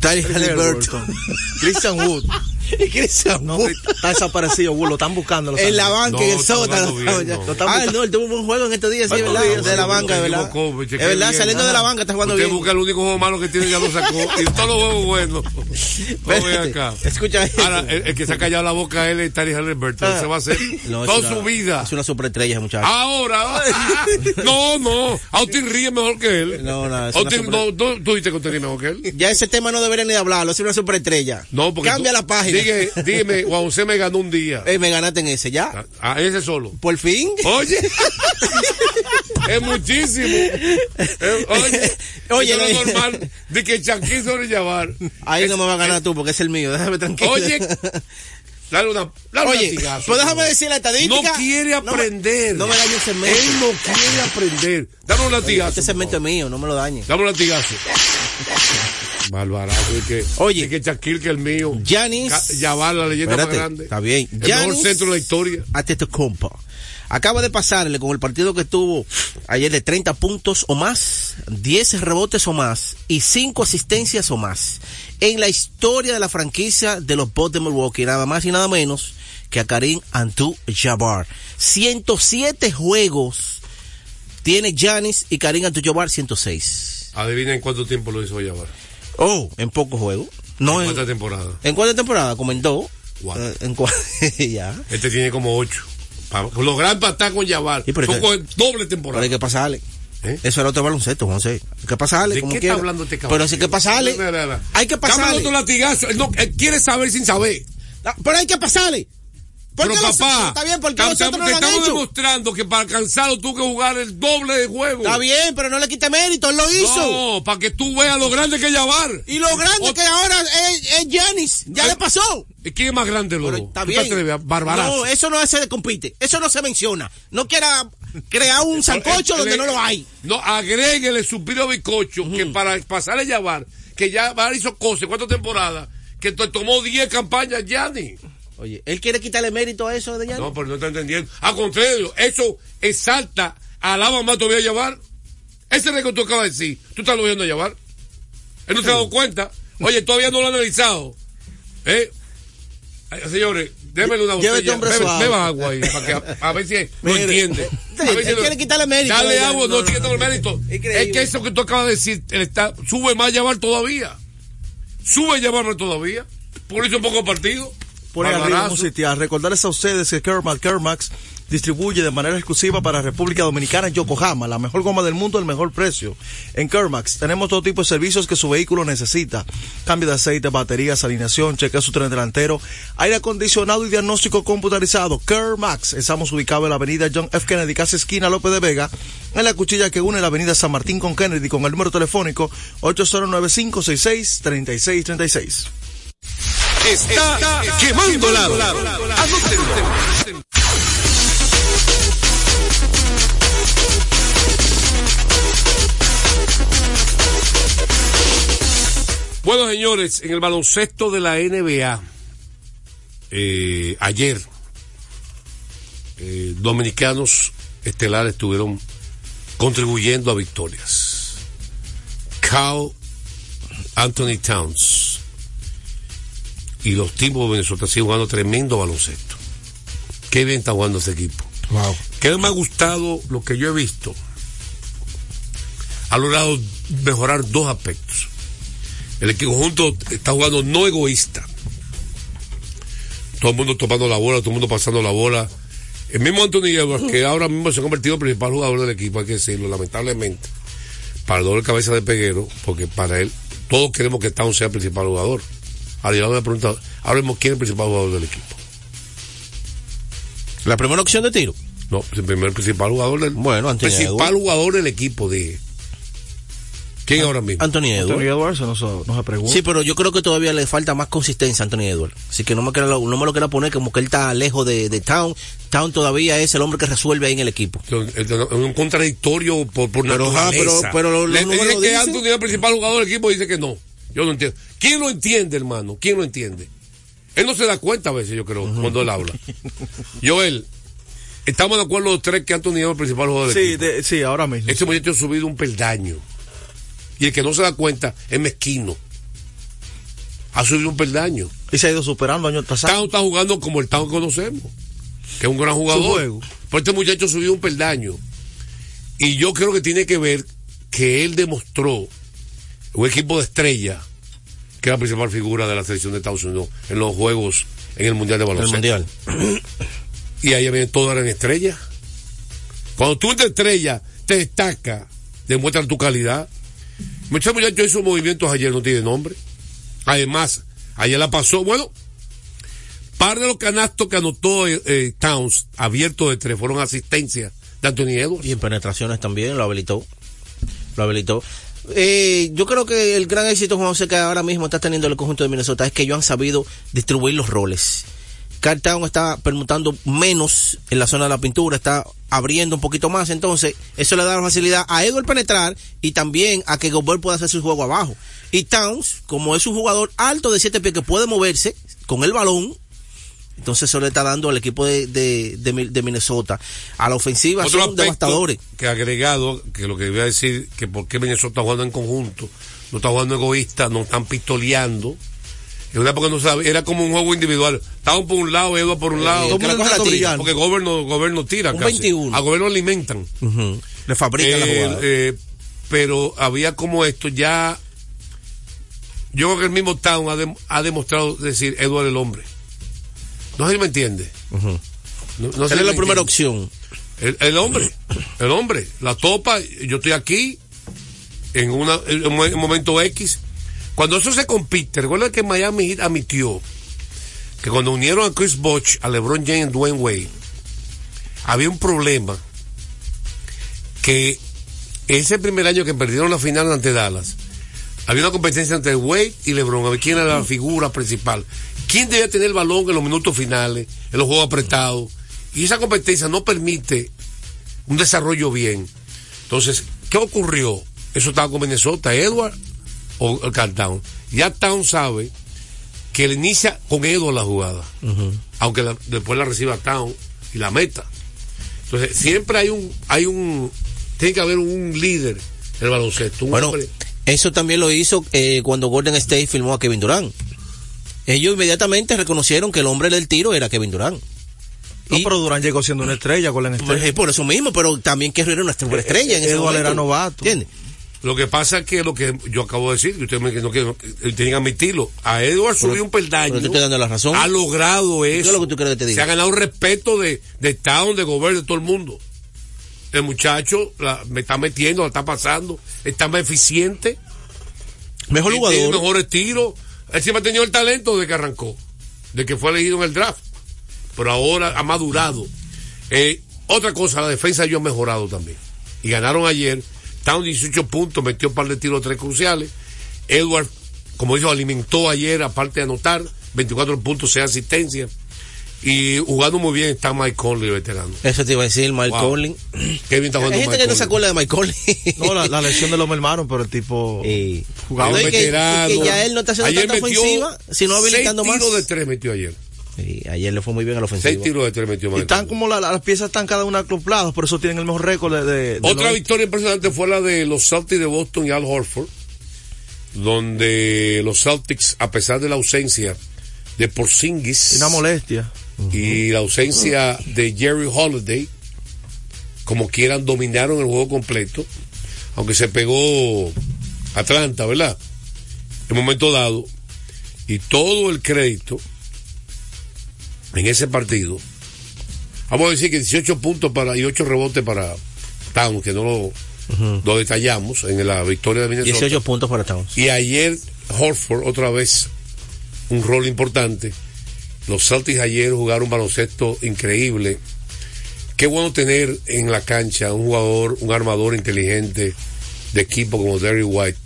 Tari Halliburton. Christian Wood. Y Christian No, está desaparecido, Wood. Lo están buscando. lo En saben. la banca, en el No, está sótano. jugando bien, Ya. no. Ah, no, él tuvo un buen juego en estos días, sí, ¿verdad? De la banca, ¿verdad? Es verdad, saliendo de la banca está jugando Usted bien. busca el único juego malo que tiene, ya lo sacó. y todos los juegos buenos. Lo ven acá. este, Escucha Ahora, el, el que se ha callado la boca a él es Tari Halliburton. Ah. Se va a hacer No, es toda una- su vida. Ah, Es una superestrella, muchachos. Ahora, no, no. Austin ríe mejor que él. No, no, es una Austin, super- no, no, tú dijiste que Austin ríe mejor que él. Ya ese tema no debería ni hablarlo, es una superestrella. No, porque Cambia tú- la página. Dije, dime, Juan José me ganó un día. Ah, Eh, me ganaste en ese, ya. A ese solo. Por fin. Oye. es muchísimo. Eh, oye. Oye, Oye, no no- es normal. De que Chanquín sobre llevar. Ahí no me va a ganar tú porque es el mío, déjame tranquilo. Oye. Dale una. Dale un Oye, latigazo, pues déjame cabrón. decir la estadística. No quiere No me- aprender. no me dañe ese mes. Él no quiere aprender. Dame un latigazo. Este por segmento es mío, no me lo dañes. Dame un latigazo. Malvarado. es que, Oye. que Shaquille, que el mío. Giannis. Ca- Jabbar, la leyenda más Espérate, grande. Está bien. El mejor centro de la historia. Antetokounmpo. Acaba de pasarle con el partido que tuvo ayer de 30 puntos o más, 10 rebotes o más y 5 asistencias o más. En la historia de la franquicia de los Bucks de Milwaukee, nada más y nada menos que a Karim Antu Jabbar. 107 juegos tiene Giannis y Karim Antu Jabbar 106. Adivina en cuánto tiempo lo hizo Jabbar. Oh, en pocos juegos. No en, ¿Cuánta temporada? ¿En cuánta temporada? Como en dos. Cuatro. Eh, En cua- ya. Este tiene como ocho. Pa- Lograr empatar con Jabbar. Sí, pero Son que- con- doble Pero temporada. hay que pasarle. Eso era otro baloncesto, José. Hay que pasarle. ¿Eh? ¿De como qué está quiera. hablando este cabrón? Pero sí que pasarle. No, no, no, no. Hay que Cámbiale pasarle. otro latigazo. Él no- él quiere saber sin saber. Ah, Pero hay que pasarle. ¿Por Pero qué los- papá, Está bien, porque tam- nosotros tam- no te lo han estamos hecho. demostrando que para alcanzarlo tuvo que jugar el doble de juego. Está bien, pero no le quite mérito. Él lo hizo. No, para que tú veas lo grande que es Jabbar. Y lo grande O- que ahora es, es Giannis. Ya le pasó. Eh, ¿Quién es más grande, Lolo? Está bien. No, eso no se compite. Eso no se menciona. No quiera crear un sancocho donde no lo hay. No, agréguele su piro bizcocho que para pasar a Yabar, que Yabar hizo cosas, cuatro temporadas, que to- tomó 10 campañas Yanni. Oye, él quiere quitarle mérito a eso de Giannis. No, pero no está entendiendo. Al contrario, eso exalta, alaba más todavía a Yabar. Ese récord tú acabas de decir, tú estás lo viendo a Yabar. Él no se ha dado cuenta. Oye, todavía no lo ha analizado. ¿Eh? Ay, Señores, démele una Llévete botella. hombre Bebe- suave. beba agua ahí, para que a, a ver si no Mire, eh, entiende. A él ver si no- quiere quitarle mérito. Dale Oiga, agua, no, no, no, tiene no, todo el mérito. Increíble. Es que eso que tú acabas de decir, él está, sube más llevar todavía. Sube llevarlo todavía. Por eso poco partido. Por ahí arriba, Barbarazo. un sitial. Recordarles a ustedes que Kermax, Kermax distribuye de manera exclusiva para República Dominicana Yokohama, la mejor goma del mundo al mejor precio. En Kermax tenemos todo tipo de servicios que su vehículo necesita. Cambio de aceite, baterías, alineación, chequea su tren delantero, aire acondicionado y diagnóstico computarizado. Kermax, estamos ubicados en la avenida John F. Kennedy, casi esquina López de Vega, en la cuchilla que une la avenida San Martín con Kennedy con el número telefónico 809-566-3636. Está, quemando lado. Anótenlo. Bueno, señores, en el baloncesto de la NBA, eh, ayer, eh, dominicanos estelares estuvieron contribuyendo a victorias. Cao Anthony Towns y los Timbers de Venezuela siguen jugando tremendo baloncesto. Qué bien está jugando este equipo. Wow. ¿Qué me ha gustado lo que yo he visto? Ha logrado mejorar dos aspectos. El equipo conjunto está jugando no egoísta. Todo el mundo tomando la bola, todo el mundo pasando la bola. El mismo Anthony Edwards, que ahora mismo se ha convertido en principal jugador del equipo, hay que decirlo, lamentablemente, para el dolor de cabeza de Peguero, porque para él, todos queremos que Town sea el principal jugador. Adiós, me pregunta, ahora mismo, ¿quién es el principal jugador del equipo? ¿La primera opción de tiro? No, el primer principal jugador del Bueno, Anthony principal Edwards. jugador del equipo, dije. ¿Quién ahora mismo? Anthony Edwards. Anthony Edwards no se, no se pregunta. Sí, pero yo creo que todavía le falta más consistencia a Anthony Edwards. Así que no me, quiera- no me lo quiera poner como que él está lejos de, de Town. Town todavía es el hombre que resuelve ahí en el equipo. eh, Es un contradictorio por, por Pero, ajá, naturaleza. pero- pero los- los Le- le números dije lo que dicen. Anthony es el principal jugador del equipo y dice que no. Yo no entiendo. ¿Quién lo entiende, hermano? ¿Quién lo entiende? Él no se da cuenta a veces, yo creo, cuando él habla. Joel, estamos de acuerdo los tres que Anthony es el principal jugador del Sí, equipo. de- sí, ahora mismo. Este muchacho ha subido un peldaño. Y el que no se da cuenta es mezquino. Ha subido un peldaño. Y se ha ido superando año tras año. Town está jugando como el Town conocemos, que es un gran Su jugador. juego. Pero este muchacho subió un peldaño. Y yo creo que tiene que ver que él demostró un equipo de estrella que es la principal figura de la selección de Estados Unidos en los juegos en el Mundial de Baloncesto. Mundial. Y ahí viene todo eran estrella. Cuando tú eres estrella, te destaca, demuestra tu calidad. Muchos muchachos hizo movimientos ayer, no tiene nombre. Además, ayer la pasó, bueno, par de los canastos que anotó eh, eh, Towns abierto de tres fueron asistencia de Anthony Edwards. Y en penetraciones también lo habilitó. Lo habilitó. Eh, yo creo que el gran éxito, Juan José, que ahora mismo está teniendo el conjunto de Minnesota es que ellos han sabido distribuir los roles. Carl Town está permutando menos en la zona de la pintura, está abriendo un poquito más, entonces eso le da facilidad a Edward penetrar y también a que Gobert pueda hacer su juego abajo. Y Towns, como es un jugador alto de siete pies que puede moverse con el balón, entonces eso le está dando al equipo de, de- de Mi- de Minnesota. A la ofensiva Otro son aspecto devastadores. que agregado, que lo que voy a decir, que por qué Minnesota está jugando en conjunto, no está jugando egoísta, no están pistoleando. En una época no sabe, era como un juego individual. Estaban por un lado, Edward Eh, por un lado. todo el mundo está brillando. porque gobierno, gobierno tira. Un casi. 21. A gobierno alimentan. Le fabrica la Eh, jugada. eh, pero había como esto ya. Yo creo que el mismo Town ha, dem- ha demostrado decir Edward el hombre. No sé si me entiende. No, no Él sé es si la me entiende. primera opción. El, el hombre, el hombre, la topa, yo estoy aquí en, una, en un momento X. Cuando eso se compite, recuerda que Miami Heat admitió que cuando unieron a Chris Bosh, a LeBron James, Dwayne Wade, había un problema que ese primer año que perdieron la final ante Dallas, había una competencia entre Wade y LeBron, a ver quién era la figura principal, quién debía tener el balón en los minutos finales, en los juegos apretados, y esa competencia no permite un desarrollo bien. Entonces, ¿qué ocurrió? Eso estaba con Minnesota, Edward o el Countdown. Ya Town sabe que le inicia con Edward la jugada, aunque la- después la reciba Town y la meta. Entonces, siempre hay un, hay un, tiene que haber un líder en el baloncesto, un Bueno, hombre. eso también lo hizo eh, cuando Golden State firmó a Kevin Durant. Ellos inmediatamente reconocieron que el hombre del tiro era Kevin Durant. No, pero Durán llegó siendo una estrella con la Pues, estrella. eh, por eso mismo, pero también que era una estrella en ese Edward era momento. novato. ¿Entiendes? Lo que pasa es que lo que yo acabo de decir, que ustedes me- que no, que, que tienen que admitirlo, a Edward subió un peldaño. pero te estoy dando la razón. Ha logrado ¿Qué eso. es lo que tú quieres que te Se ha diga? ganado un respeto de, de Town, de Gobert, de todo el mundo. El muchacho la- me está metiendo, la está pasando, está más eficiente. Mejor y jugador. Tiene mejores tiros. Él siempre ha tenido el talento de que arrancó, de que fue elegido en el draft. Pero ahora ha madurado. Eh, otra cosa, la defensa yo ha mejorado también. Y ganaron ayer. Town 18 puntos, metió un par de tiros, tres cruciales. Edward, como dijo, alimentó ayer, aparte de anotar, 24 puntos, 6 asistencias. Y jugando muy bien está Mike Conley, el veterano. Eso te iba a decir, Mike Wow. Conley. Qué bien está Hay jugando gente Mike que no Conley. se acuerda de Mike Conley. No, la, la lesión de los mermaron, pero el tipo jugaba. No, y Un que- y que veterano. ya él no está haciendo Ayer tanta metió ofensiva, sino habilitando seis tiros más. de tres metió ayer. Sí, ayer le fue muy bien a la Seis ofensiva. tiros de tres metió Y Mike están como la- la- las piezas están cada una acopladas, por eso tienen el mejor récord de. de- de Otra los- victoria impresionante fue la de los Celtics de Boston y Al Horford, donde los Celtics, a pesar de la ausencia de Porzingis Una molestia. y la ausencia de Jerry Holiday, como quieran, dominaron el juego completo, aunque se pegó Atlanta, ¿verdad? En momento dado, y todo el crédito en ese partido Vamos a decir que 18 puntos para y 8 rebotes para Towns, que no lo, lo detallamos en la victoria de Minnesota. 18 puntos para Towns. Y ayer Horford otra vez un rol importante. Los Celtics ayer jugaron un baloncesto increíble. Qué bueno tener en la cancha un jugador, un armador inteligente de equipo como Derry White,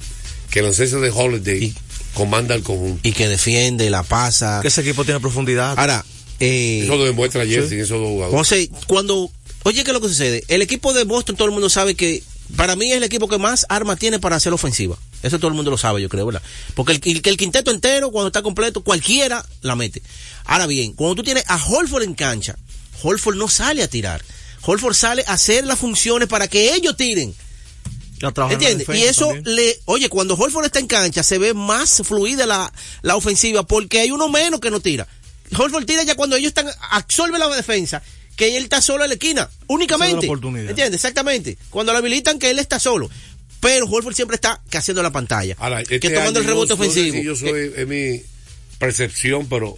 que el ancestro de Holiday comanda el conjunto. Y que defiende, la pasa. Que ese equipo tiene profundidad. Ahora, eh, Eso lo demuestra ayer sin esos dos jugadores. José, cuando. Oye, ¿qué es lo que sucede? El equipo de Boston, todo el mundo sabe que. Para mí es el equipo que más armas tiene para hacer ofensiva. Eso todo el mundo lo sabe, yo creo, ¿verdad? Porque el, el, el quinteto entero, cuando está completo, cualquiera la mete. Ahora bien, cuando tú tienes a Holford en cancha, Holford no sale a tirar. Holford sale a hacer las funciones para que ellos tiren. Ya trabaja en la ¿Entiendes? Y defensa eso también. le, oye, cuando Holford está en cancha se ve más fluida la, la ofensiva porque hay uno menos que no tira. Holford tira ya cuando ellos están, absorbe la defensa, que él está solo en la esquina, únicamente. oportunidad. ¿Entiendes? Exactamente. Cuando lo habilitan que él está solo. Pero Holford siempre está que haciendo la pantalla. Ahora, que este tomando el año, no- rebote no sé ofensivo. si yo soy, es mi percepción, pero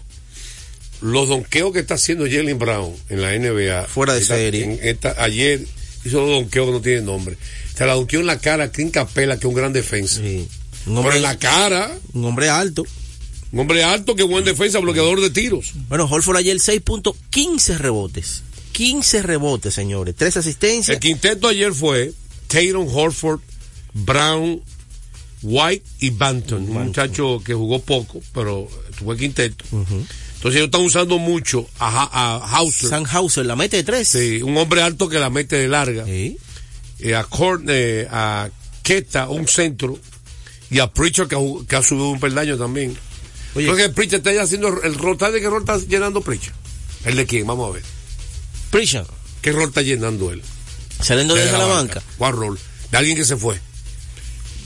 los donqueos que está haciendo Jalen Brown en la NBA. Fuera de esta- serie. en esta- ayer hizo dos donqueos que no tienen nombre. Se la donqueó en la cara a Clint Capela, que es un gran defensa. Un hombre- pero en la cara. Un hombre alto. Un hombre alto, que buen defensa, bloqueador de tiros. Bueno, Holford ayer 6.15 rebotes. 15 rebotes, señores. Tres asistencias. El quinteto ayer fue Tatum Horford, Brown, White y Banton, un muchacho que jugó poco, pero tuvo el quinteto. Entonces ellos están usando mucho a, Ha- a Hauser. Sam Hauser la mete de tres. Sí, un hombre alto que la mete de larga. Eh, a, Cor- eh, a Keta, un centro. Y a Pritchard que ha, ju- que ha subido un peldaño también. Oye. Creo que Pritchard está ya haciendo el rol. ¿Sabes de qué rol está llenando Pritchard? ¿El de quién? Vamos a ver. Pritchard. ¿Qué rol está llenando él? Saliendo desde la banca. ¿Cuál rol? De alguien que se fue.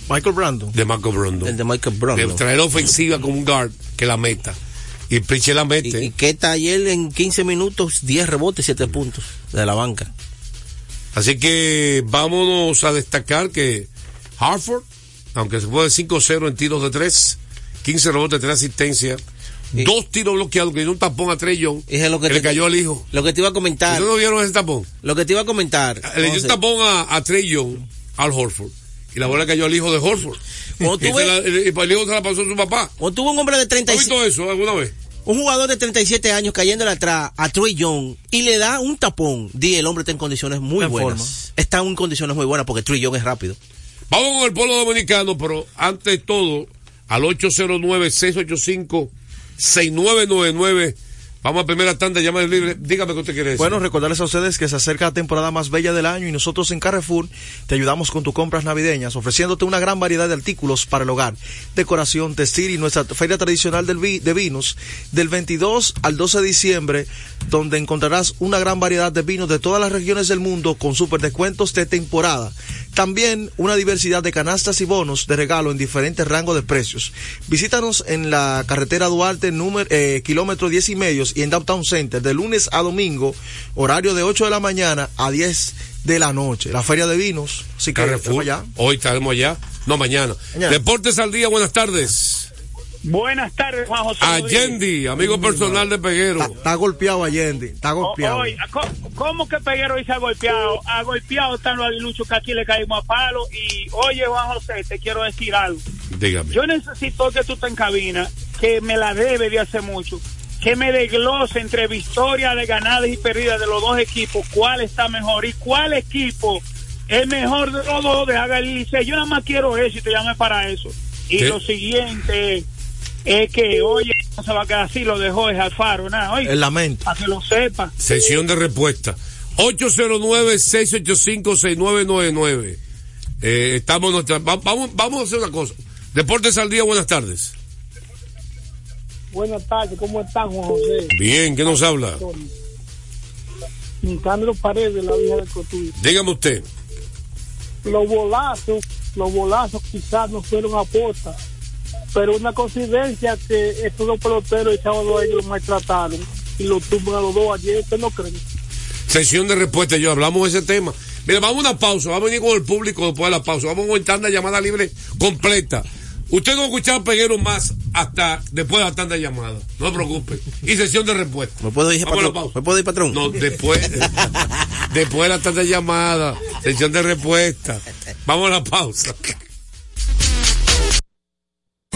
Michael Brandon. De Marco Brondo. El de Michael Brown. De traer ofensiva como un guard que la meta. Y Pritchard la mete. Y que está ayer en 15 minutos, 10 rebotes, 7 puntos de la banca. Así que vámonos a destacar que Hartford, aunque se fue de 5-0 en tiros de 3, 15 rebotes, 3 asistencias, dos tiros bloqueados, que dio un tapón a Trey Young, Es lo que le te- cayó al hijo. Lo que te iba a comentar. ¿Ustedes no vieron ese tapón? Ah, Lo que te iba a comentar. Le dio José, un tapón a, a Trey Young, al Horford, y la bola le cayó al hijo de Horford. Cuando tú Y se ves- la- el, el hijo se la pasó a su papá. cuando tuvo un hombre de ¿Has 37 visto eso alguna vez? un jugador de 37 años cayéndole atrás a Troy Young y le da un tapón. Di, el hombre está en condiciones muy Está en buenas. Está en condiciones muy buenas porque Troy Young es rápido. Vamos con el pueblo dominicano, pero antes de todo, al 809-685-6999. Vamos a primera tanda, llama el libre. Dígame qué usted quiere decir. Bueno, recordarles a ustedes que se acerca la temporada más bella del año y nosotros en Carrefour te ayudamos con tus compras navideñas, ofreciéndote una gran variedad de artículos para el hogar, decoración, textil y nuestra feria tradicional del vi- de vinos del 22 al 12 de diciembre, donde encontrarás una gran variedad de vinos de todas las regiones del mundo con super descuentos de temporada. También una diversidad de canastas y bonos de regalo en diferentes rangos de precios. Visítanos en la carretera Duarte, número, eh, kilómetro 10 y medios y en Downtown Center de lunes a domingo, horario de 8 de la mañana a 10 de la noche. La feria de vinos, así que Carrefour. estamos allá. Hoy estaremos allá. No, mañana. Mañana. Deportes al día, buenas tardes. Buenas tardes, Juan José. Allende, amigo personal de Está, Peguero. está golpeado Allende, está golpeado. Hoy, ¿cómo, cómo que Peguero hoy se ha golpeado? Ha golpeado están los aguiluchos que aquí le caímos a palo. Y oye, Juan José, te quiero decir algo. Dígame. Yo necesito que tú estés en cabina, que me la debe de hace mucho, que me desglose entre victorias de ganadas y perdidas de los dos equipos, cuál está mejor y cuál equipo es mejor de los dos de haga el Licey. Yo nada más quiero eso y te llamé para eso. Y ¿Qué? lo siguiente es que, oye, no se va a quedar así, lo dejó es Alfaro, nada, oye, El lamento. para que lo sepa. Sesión de respuesta. 809-685-6999. Eh, estamos nuestra- va- vamos, vamos a hacer una cosa. Deportes al día, buenas tardes. Buenas tardes, ¿cómo están, Juan José? Bien, ¿qué nos habla? Nicandro Paredes, la vieja de Cotuí. Dígame usted. Los bolazos, los bolazos quizás no fueron apostas, pero una coincidencia que estos dos peloteros el sábado ellos los maltrataron y los tumban a los dos ayer, ¿usted no creen? Sesión de respuesta, yo hablamos de ese tema. Mira, vamos a una pausa, vamos a venir con el público después de la pausa. Vamos a aguantar la llamada libre completa. Usted no ha escuchado Peguero más hasta después de la tanda de llamada. No se preocupe. Y sesión de respuesta. ¿Me puedo ir, patrón? ¿Me puedo ir, patrón? No, después, después de la tanda de llamada, sesión de respuesta. Vamos a la pausa.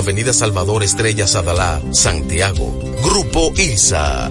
Avenida Salvador Estrella Sadalá, Santiago. Grupo ILSA.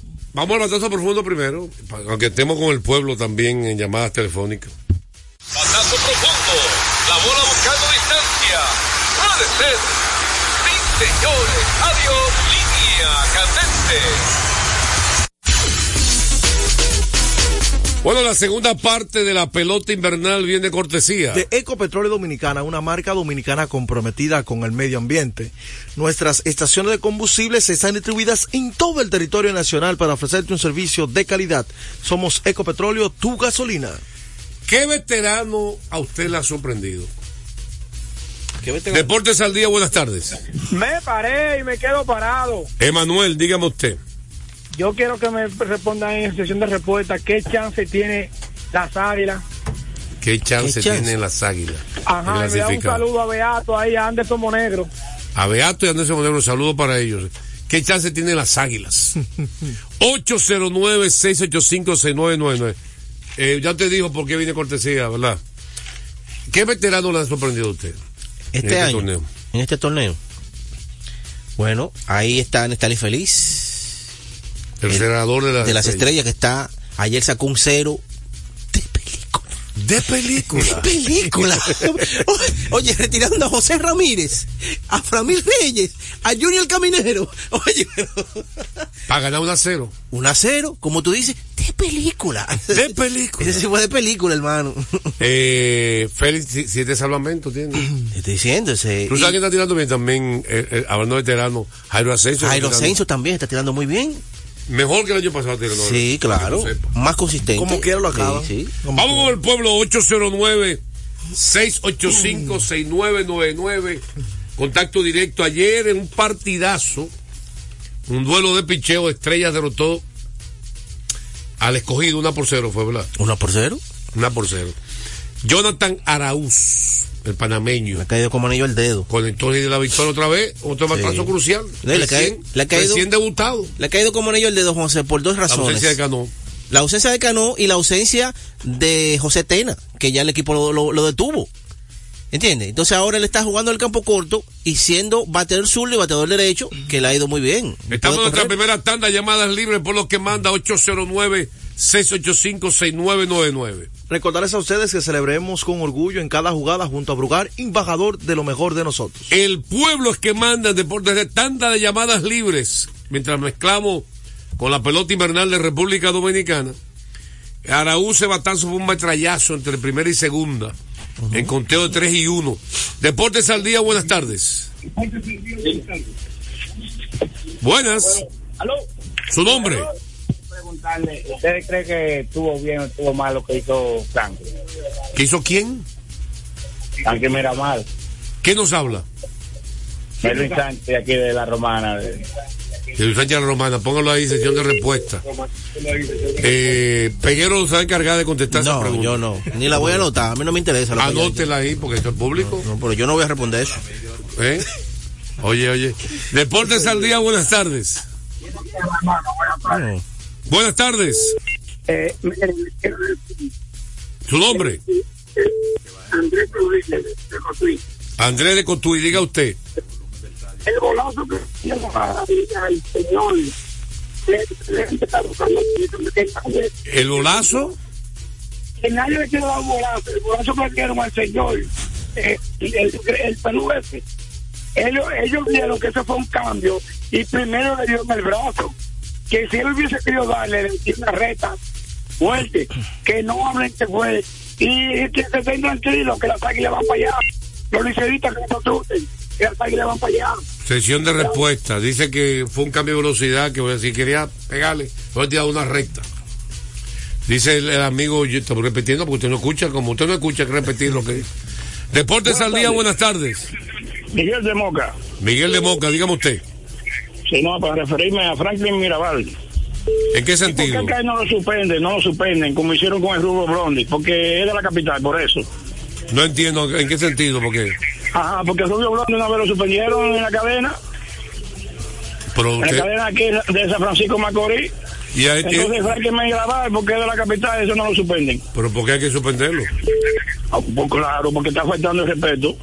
Vamos al batazo profundo primero, aunque estemos con el pueblo también en llamadas telefónicas. Batazo profundo, la bola buscando distancia. Puede ser. Sí, señores, adiós, línea candente. Bueno, la segunda parte de la pelota invernal viene cortesía. De Ecopetróleo Dominicana, una marca dominicana comprometida con el medio ambiente. Nuestras estaciones de combustibles están distribuidas en todo el territorio nacional para ofrecerte un servicio de calidad. Somos Ecopetróleo, tu gasolina. ¿Qué veterano a usted le ha sorprendido? ¿Qué Deportes al día, buenas tardes. Me paré y me quedo parado. Emanuel, dígame usted. Yo quiero que me respondan en sesión de respuesta qué chance tiene las águilas ¿Qué chance, ¿Qué chance? tienen las águilas? Ajá, le un saludo a Beato, ahí a Anderson Monegro. A Beato y Anderson Monegro, un saludo para ellos. ¿Qué chance tienen las águilas? 809-685-6999. Eh, ya te dijo por qué viene cortesía, ¿verdad? ¿Qué veterano le ha sorprendido a usted? Este, este año. Torneo? En este torneo. Bueno, ahí está Nestalí Feliz. El, el cerrador de, las, de las estrellas. estrellas que está. Ayer sacó un cero de película. De película. Oye, retirando a José Ramírez, a Framil Reyes, a Junior Caminero. Oye. Para ganar un a cero. Un a cero, como tú dices, de película. De película. Ese sí fue de película, hermano. Eh, Félix, siete salvamentos tiene. Estoy diciendo ese. ¿Tú sabes y... que está tirando bien también, eh, eh, hablando de veterano, Jairo Asensio? Jairo Asensio también está tirando muy bien. Mejor que el año pasado, ¿no? Sí, claro. Más consistente. Como quiera lo acaba. Sí, sí. Vamos quiera. con el pueblo 809-685-6999. Contacto directo. Ayer en un partidazo, un duelo de picheo, Estrellas derrotó al escogido. Una por cero fue, ¿verdad? Una por cero. Una por cero. Jonathan Arauz, el panameño. Le ha caído como anillo el dedo. Conectó de la victoria otra vez, otro sí. batazo crucial. Le, recién, le, ha caído, recién debutado. Le ha caído como anillo el dedo, José, por dos razones. La ausencia de Cano. La ausencia de Cano y la ausencia de José Tena, que ya el equipo lo, lo, lo detuvo. ¿Entiendes? Entonces ahora él está jugando el campo corto y siendo bateador sur y bateador derecho, que le ha ido muy bien. Estamos en nuestra primera tanda, llamadas libres por los que manda 809 685-6999. Recordarles a ustedes que celebremos con orgullo en cada jugada junto a Brugar, embajador de lo mejor de nosotros. El pueblo es que manda en deportes de tanda de llamadas libres, mientras mezclamos con la pelota invernal de República Dominicana. Araúz batazo fue un metrallazo entre primera y segunda, en conteo de 3 y 1. Deportes al día, buenas tardes. Buenas. ¿Aló? Su nombre. Preguntarle, ¿ustedes creen que estuvo bien o estuvo mal lo que hizo Franklin? ¿Qué hizo quién? Franklin mira mal. ¿Qué nos habla? Melvin Sánchez, de aquí de la Romana. de- Jesús Sánchez La Romana, póngalo ahí, sección de respuesta. Eh, Peguero se va a encargar de contestar esa pregunta. Yo no, ni la voy a anotar, a mí no me interesa. lo que yo- Anótela ahí porque esto es público. No, pero yo no voy a responder eso. ¿Eh? Oye, oye. Deportes al día, buenas tardes. Buenas tardes. Eh, miren, quiero decir, Su nombre, Andrés Rodríguez, de Cotuí, Andrés de Cotuí, diga usted. el golazo que dio a- al señor, le- le está buscando el- ¿El golazo? que nadie le quiere dar golazo, el golazo que le dieron al señor, eh, y el, el pelú ese, ellos, ellos vieron que eso fue un cambio y primero le dio en el brazo, que si él hubiese querido darle, le dio una reta fuerte, que no hablen que fue, y que se estén tranquilos, que las águilas van para allá, los liceristas que no se asusten, que las águilas van para allá. Sesión de respuesta. Dice que fue un cambio de velocidad, que si quería pegarle, voy a tirar una recta. Dice el, el amigo, yo estoy repitiendo porque usted no escucha, como usted no escucha, hay que repetir lo que dice. Deportes al día, buenas tardes. Miguel de Moca. Miguel de Moca, dígame usted. Sí, no, para referirme a Franklin Mirabal. ¿En qué sentido? ¿Por qué acá no lo suspenden? No lo suspenden, como hicieron con el Rubro Blondie, porque era la capital, por eso. No entiendo en qué sentido, porque. Ajá, porque el Rubio Blondie una vez lo suspendieron en la cadena, Pero en usted- la cadena aquí de San Francisco Macorís. y ahí- Entonces Franklin Mirabal, porque es de la capital, eso no lo suspenden. pero ¿por qué hay que suspenderlo? Ah, pues claro, porque está faltando el respeto.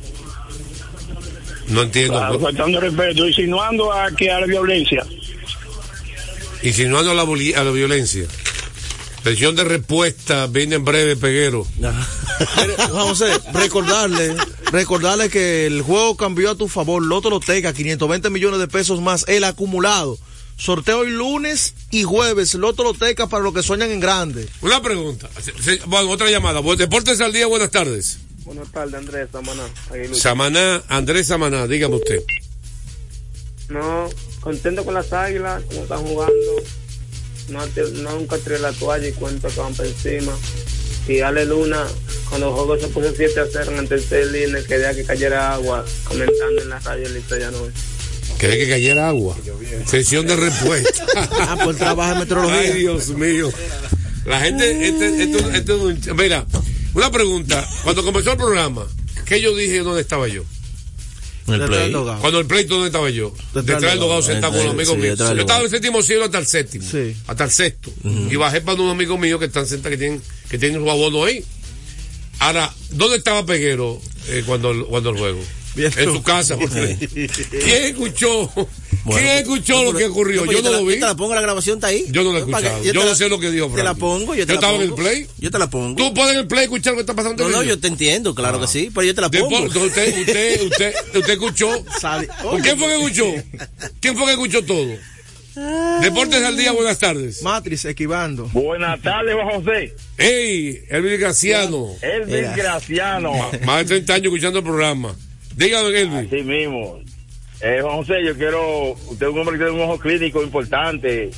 No entiendo. Claro, pues. faltando el respeto, insinuando a que a la violencia. Insinuando a la, voli- a la violencia. Sesión de respuesta, viene en breve, Peguero. Mire, Juan José, recordarle, recordarle que el juego cambió a tu favor. Loto Loteca, 520 millones de pesos más el acumulado. Sorteo hoy lunes y jueves. Loto Loteca para los que sueñan en grande. Una pregunta. Se- se- bueno, otra llamada. Bu- Deportes al día, buenas tardes. Buenas tardes, Andrés, Samaná. Aguilú. Samaná, Andrés Samaná, dígame usted. No, contento con las águilas, como están jugando. No, te- no nunca tiré la toalla y cuento que van por encima. Y Ale Luna, cuando el juego se puso 7 a 0 en el tercer línea, quería que cayera agua, comentando en la radio el listo ya no es. Quería que cayera agua. Sesión de respuesta. Ah, pues trabaja en metrología. Ay, Dios mío. La gente, este, esto- esto es un ch- mira, una pregunta. Cuando comenzó el programa, ¿qué yo dije dónde estaba yo? El Detrás play. del dogado. Cuando el pleito, ¿dónde estaba yo? Detrás del del dogado. dogado sentado con Sí, los amigos sí, míos. detrás del Yo estaba dogado. del séptimo cielo hasta el séptimo. Hasta el sexto. Y bajé para unos amigos míos que están sentados, que tienen, que tienen su abono ahí. Ahora, ¿dónde estaba Peguero eh, cuando, el- cuando el juego? En su casa. porque- ¿Quién escuchó? ¿Quién escuchó lo que ocurrió? Yo, Pues no te la- lo vi. Yo te la pongo, la grabación está ahí. Yo no lo he para que- escuchado. yo Yo te no la- sé lo que dijo Te la Franklin. pongo, yo Yo te la estaba en pongo. el play. Yo te la pongo. ¿Tú puedes en el play escuchar lo que está pasando? No, no, yo te entiendo, claro que sí, pero yo te la pongo. Deporte, usted, usted, usted, usted escuchó. ¿Quién fue que escuchó? ¿Quién fue que escuchó Este, todo? Deportes al día, buenas tardes. Matrix, equivando. Buenas tardes, Juan José. Ey, Elvis Graciano. Elvis Graciano. Ma- Más de 30 años escuchando el programa. Dígame, Elvis. Así mismo. Eh, Juan José, yo quiero. Usted es un hombre que tiene un ojo clínico importante.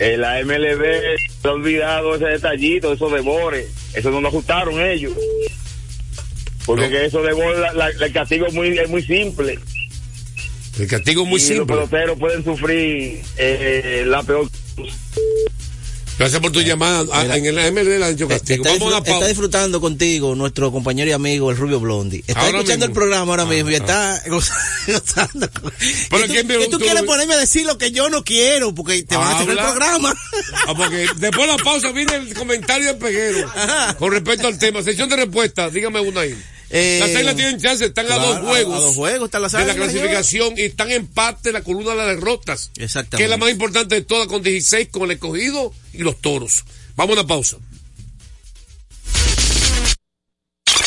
Eh, la MLB se ha olvidado ese detallito, esos devores. Eso no lo ajustaron ellos. Porque que esos devores, la- la- el castigo es muy, es muy simple. El castigo es muy y simple. Los peloteros pueden sufrir eh, la peor. Gracias por tu llamada. Ah, en el MLB le han hecho castigo. Está, Vamos a disfr- una está pausa. disfrutando contigo nuestro compañero y amigo, el Rubio Blondi. Está Ahora escuchando el mismo. programa ahora Ah, mismo y ah. está goz- gozando. Pero ¿Y tú, ¿quién vio y tú tú? quieres ponerme a decir lo que yo no quiero? Porque te van a hacer el Habla. programa. Ah, porque después de la pausa viene el comentario del peguero con respecto al tema. Sección de respuesta, dígame una ahí. Eh, las Águilas tienen chance, están a claro, dos juegos. a- a dos juegos están las De la Águilas, clasificación y están en parte la columna de las derrotas. Exactamente. Que es la más importante de todas, con 16, con el escogido y los toros. Vamos a una pausa.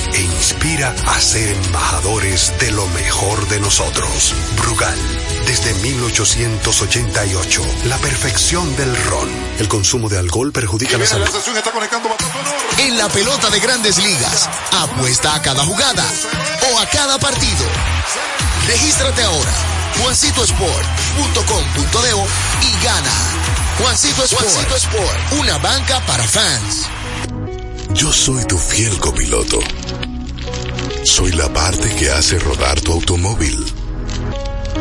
e inspira a ser embajadores de lo mejor de nosotros. Brugal, desde 1888, la perfección del ron. El consumo de alcohol perjudica la salud. En la pelota de grandes ligas, apuesta a cada jugada o a cada partido. Regístrate ahora, juancitosport.com.de y gana. Juancito Sport, Juancito una banca para fans. Yo soy tu fiel copiloto. Soy la parte que hace rodar tu automóvil.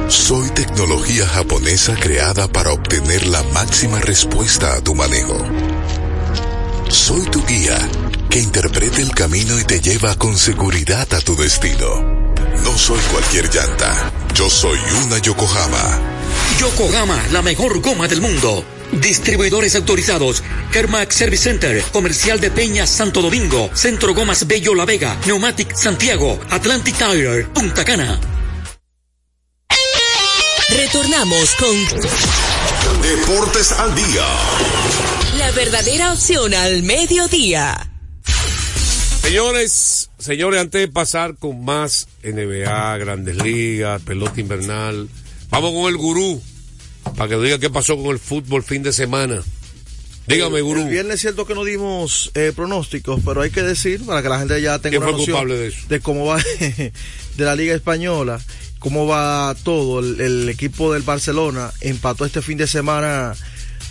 Soy tecnología japonesa creada para obtener la máxima respuesta a tu manejo. Soy tu guía que interpreta el camino y te lleva con seguridad a tu destino. No soy cualquier llanta. Yo soy una Yokohama. Yokohama, la mejor goma del mundo. Distribuidores autorizados. Kermax Service Center, Comercial de Peña Santo Domingo, Centro Gomas Bello La Vega, Neumatic Santiago, Atlantic Tire, Punta Cana. Retornamos con Deportes al día. la verdadera opción al mediodía. Señores, señores, antes de pasar con más NBA, Grandes Ligas, pelota invernal, vamos con el gurú para que nos diga qué pasó con el fútbol fin de semana. Dígame, El gurú. viernes es cierto que no dimos eh, pronósticos, pero hay que decir para que la gente ya tenga ¿Quién una fue noción culpable de eso? cómo va de la Liga Española, cómo va todo. El, el equipo del Barcelona empató este fin de semana,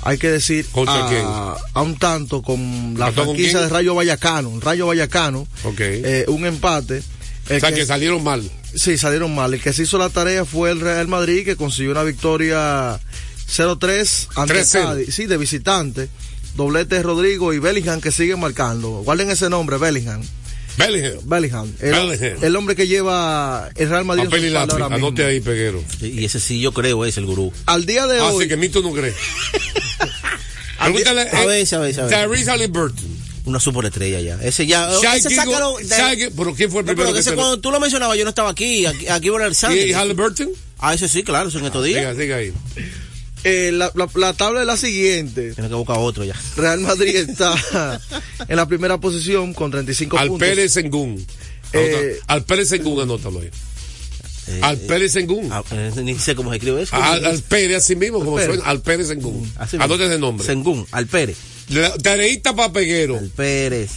hay que decir, ¿Contra a, quién? a un tanto con la ¿Empató con franquicia quién? de Rayo Vallecano. Rayo Vallecano, Ok. eh, un empate. o sea, que salieron mal. Sí, salieron mal. El que se hizo la tarea fue el Real Madrid, que consiguió una victoria 0-3 ante 3-0. Cádiz, sí, de visitante. Doblete de Rodrigo y Bellingham que siguen marcando. Guarden ese nombre, Bellingham. Bellingham. Bellingham. El, Bellingham. el hombre que lleva el Real Madrid. en su espalda ahora mismo. ahí, Peguero. Y ese sí yo creo, es el gurú. Al día de hoy. Así Ah, que Mito no cree. Pregúntale eh, a veces, a veces, a veces. Tyrese Halliburton. Una superestrella ya. Ese ya. Shai ese Gilgeous- sácalo de- Shai Gil- pero ¿quién fue el No, primero pero que ese se lo- cuando tú lo mencionabas, yo no estaba aquí. Aquí, aquí era el Sandy. ¿Y Halliburton? Ah, Ah, ese sí, claro, eso en estos días. Diga, diga ahí. Eh, la, la- la tabla es la siguiente. Tiene que buscar otro ya. Real Madrid está en la primera posición con 35 Al puntos. Pérez Sengún. Eh, Al Pérez Sengún, anótalo ahí. Al Pérez Sengún. Eh, ah, Ni sé cómo se escribe eso. Al, al Pérez, así mismo, como Al Pérez. suena. Al Pérez Sengún. Así mismo. Anota ese nombre. Sengún, al Pérez. La tareíta para Peguero. Al Pérez.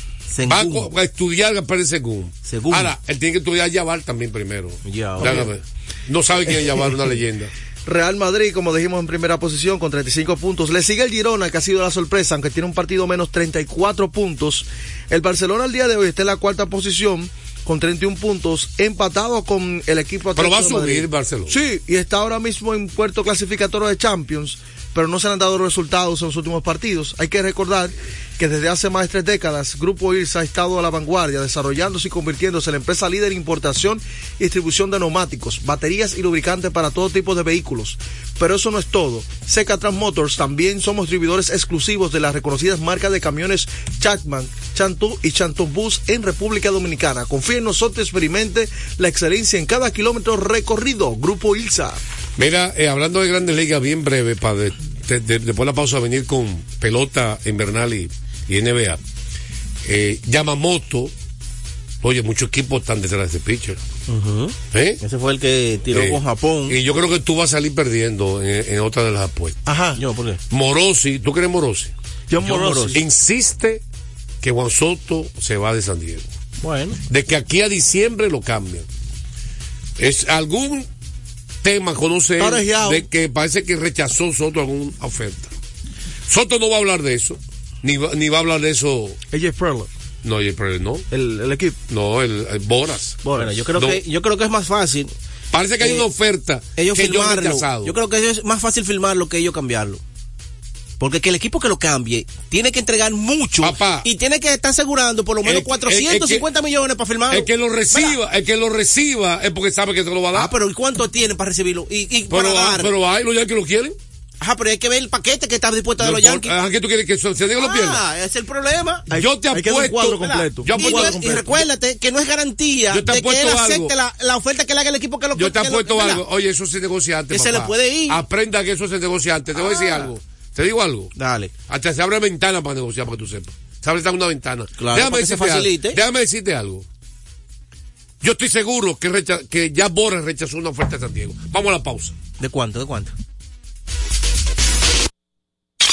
Va a co- a estudiar al Pérez Sengún. Sengún. Ahora, él tiene que estudiar Yabar también primero. Ya, Ya, ok. a ver. No sabe quién es Yabar, una leyenda. Real Madrid, como dijimos en primera posición, con 35 puntos. Le sigue el Girona, que ha sido la sorpresa, aunque tiene un partido menos 34 puntos. El Barcelona al día de hoy está en la cuarta posición, con 31 puntos, empatado con el equipo Pero va a Atlético de Madrid. subir Barcelona. Sí, y está ahora mismo en puerto clasificatorio de Champions, pero no se le han dado resultados en los últimos partidos. Hay que recordar que desde hace más de tres décadas, Grupo IRSA ha estado a la vanguardia, desarrollándose y convirtiéndose en la empresa líder en importación y distribución de neumáticos, baterías y lubricantes para todo tipo de vehículos. Pero eso no es todo. Seca Trans Motors también somos distribuidores exclusivos de las reconocidas marcas de camiones Chacman, Chantú y Chantón Bus en República Dominicana. Confía en nosotros, experimente la excelencia en cada kilómetro recorrido. Grupo ILSA. Mira, eh, hablando de Grandes Ligas, bien breve, para de- de- de- después de la pausa venir con pelota invernal y, y NBA. Eh, Yamamoto, oye, muchos equipos están detrás de este pitcher. Ese fue el que tiró Eh, con Japón. Y yo creo que tú vas a salir perdiendo en, en otra de las apuestas. Ajá. Yo, ¿por qué? Morosi, ¿tú crees Morosi? Yo Morosi. Morosi. Insiste que Juan Soto se va de San Diego. Bueno. De que aquí a diciembre lo cambian. Es algún tema conoce él Está orejeado. de que parece que rechazó Soto alguna oferta. Soto no va a hablar de eso, ni va, ni va a hablar de eso. Ella es Perla. No, oye, pero no. El, el equipo. No, el, el Boras. Bueno, yo creo, que, yo creo que es más fácil. Parece que hay eh, una oferta Ellos que yo he firmarlo. rechazado. Yo creo que es más fácil firmarlo que ellos cambiarlo. Porque que el equipo que lo cambie tiene que entregar mucho y tiene que estar asegurando por lo menos Es- es- es 450 que- millones para firmarlo. El que lo reciba, el que lo reciba es porque sabe que te lo va a dar. Ah, pero ¿y cuánto tiene para recibirlo? ¿Y, y para Pero, ah, dar? pero hay los Yankees lo quieren. Ajá, pero hay que ver el paquete que está dispuesto a dar No los importa. Yankees. Ah, ¿qué tú quieres que se diga los Ah, piernas? es el problema. yo te hay que dar apuesto. un cuadro completo. Yo y, apuesto- no es- y recuérdate que no es garantía Yo te de que él apuesto algo. acepte la, la oferta que le haga el equipo que lo Yo te que lo- apuesto ¿verdad? algo. Oye, eso se negocia antes. Que se le papá. puede ir. Aprenda que eso se negocia antes. Te voy a decir Ah. algo. Te digo algo. Dale. Hasta se abre ventana para negociar, para que tú sepas. Se abre una ventana. Claro, para que se decirte algo. facilite. Déjame decirte algo. Yo estoy seguro que, recha- que ya Borges rechazó una oferta de San Diego. Vamos a la pausa. ¿De cuánto? ¿De cuánto?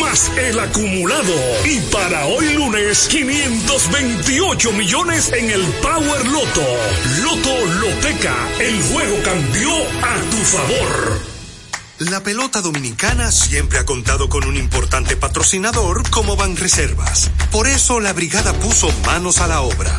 más el acumulado. Y para hoy lunes, 528 millones en el Power Loto. Loto Loteca, el juego cambió a tu favor. La pelota dominicana siempre ha contado con un importante patrocinador como Banreservas. Por eso la brigada puso manos a la obra.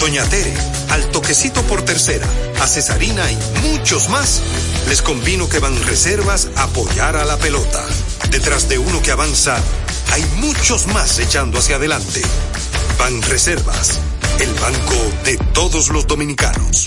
Doña Tere, al toquecito por tercera, a Cesarina y muchos más, les convino que van reservas a apoyar a la pelota. Detrás de uno que avanza, hay muchos más echando hacia adelante. Van Reservas, el banco de todos los dominicanos.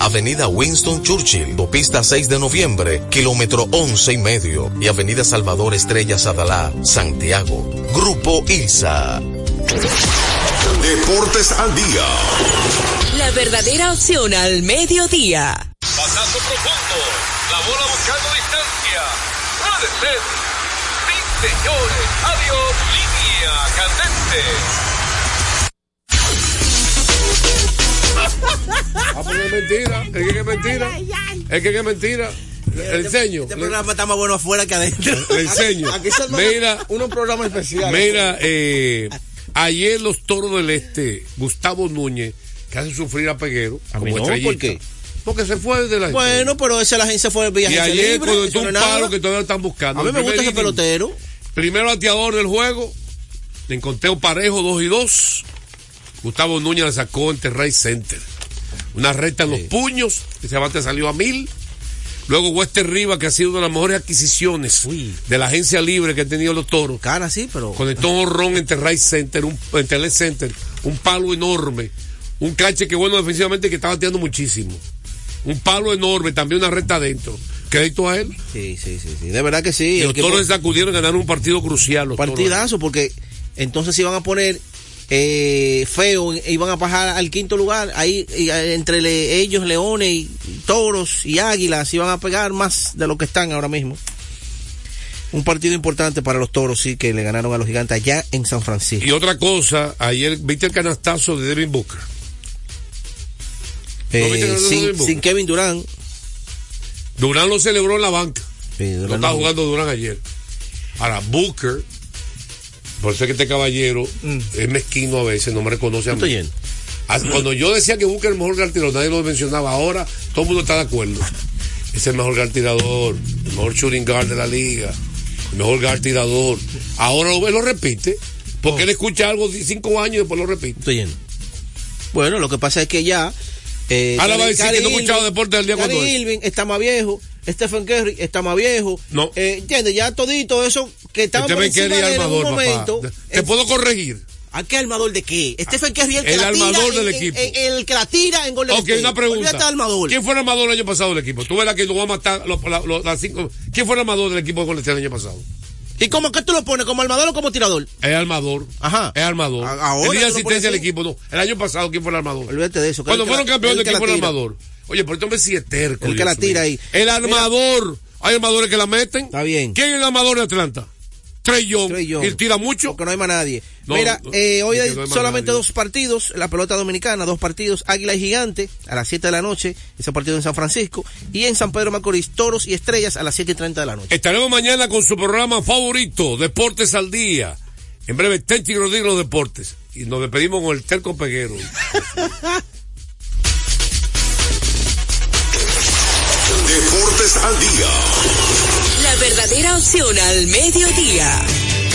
Avenida Winston Churchill, Autopista 6 de Noviembre, kilómetro 11 y medio y Avenida Salvador Estrellas Adalá, Santiago. Grupo ILSA. Deportes al día. La verdadera opción al mediodía. Pasazo profundo. La bola buscando distancia. Puede ser. Sí, señores. Adiós. Línea candente. Ah, pero es mentira. Es que es mentira. Es que es mentira. El ceño. Este programa está más bueno afuera que adentro. El ceño. Aquí se arma Mira. Un programa especial. Mira, eh, ayer los toros del Este, Gustavo Núñez, que hace sufrir a Peguero. A mí como no, estrellista. ¿por qué? Porque se fue de la Bueno, pero esa la agencia fue vía Y agencia ayer libre, cuando eso tú no un es nada. palo que todavía están buscando. A mí El me gusta primer ese inning, pelotero. Primero bateador del juego. En conteo parejo, 2 y 2. Gustavo Núñez la sacó en Terray Center. Una recta en los puños. Ese bate salió a mil. Luego Wester Riva, que ha sido una de las mejores adquisiciones de la agencia libre que han tenido los toros. Cara, sí, pero. Conectó un honrón en Terray Center, un, en Terray Center, un palo enorme. Un cache que, bueno, defensivamente, que está bateando muchísimo. Un palo enorme, también una recta adentro. Crédito a él. Sí, sí, sí, sí. De verdad que sí. Y el los que toros pon- se sacudieron, ganaron un partido crucial. Los toros. partidazo, porque entonces iban a poner eh, feo, iban a bajar al quinto lugar. Ahí y, eh, entre le- ellos, leones, y toros y águilas, iban a pegar más de lo que están ahora mismo. Un partido importante para los toros, sí, que le ganaron a los gigantes allá en San Francisco. Y otra cosa, ayer viste el canastazo de Devin Booker. Eh, viste que no lo sin, tuvimos? sin Kevin Durán. Durán lo celebró en la banca. Durán no estaba no. jugando Durán ayer. Ahora, Booker, por eso es que este caballero Mm. es mezquino a veces, no me reconoce a mí. Estoy yendo. Ah, Cuando yo decía que Booker es el mejor gran tirador, nadie lo mencionaba. Ahora todo el mundo está de acuerdo. Es el mejor gran tirador, el mejor shooting guard de la liga. mejor jugar tirador. Ahora lo, lo repite, porque él escucha algo de cinco años y después lo repite. Oh. Estoy yendo. Bueno, lo que pasa es que ya. Eh, Ahora va a Kyrie- decir que no Kyrie escuchaba Irving- deporte del día Kyrie cuando es. Irving está más viejo. Stephen Curry está más viejo. No. Este Eh, ¿Entiendes? Ya todito eso que estaba por Stephen encima Curry de él en armador, un papá. momento. Eh, Te puedo corregir. ¿A qué armador de qué? Stephen Curry Este el que El la tira armador en- del en- equipo. en- el que la tira en Golden Ok, State. una pregunta. Olvídate del armador. ¿Quién fue el armador el año pasado del equipo? Tú verás que lo va a matar lo- la- lo- las cinco. ¿Quién fue el armador del equipo de Golden State el año pasado? ¿Y cómo que tú lo pones? ¿Como armador o como tirador? Ah, Es armador. Ajá. Es armador. ahora Tenía tú lo pones asistencia al equipo, no. El año pasado, ¿quién fue el armador? Olvídate de eso. que Cuando el que la- fueron campeones, el que ¿quién la fue el tira. armador? Oye, por esto me sí es terco. El que Dios la tira mío. ahí. El armador. Hay armadores que la meten. Está bien. ¿Quién es el armador de Atlanta? Trey Young. Young. Y tira mucho. Porque no hay más nadie. No, Mira, no, eh, hoy no hay hay más solamente nadie. dos partidos, la pelota dominicana, dos partidos, Águila y Gigante, a las 7 de la noche, ese partido en San Francisco, y en San Pedro Macorís, Toros y Estrellas a las 7 y 30 de la noche. Estaremos mañana con su programa favorito, Deportes al Día. En breve, Tenchi Rodríguez los Deportes. Y nos despedimos con el Terco Peguero. Deportes al día. La verdadera opción al mediodía.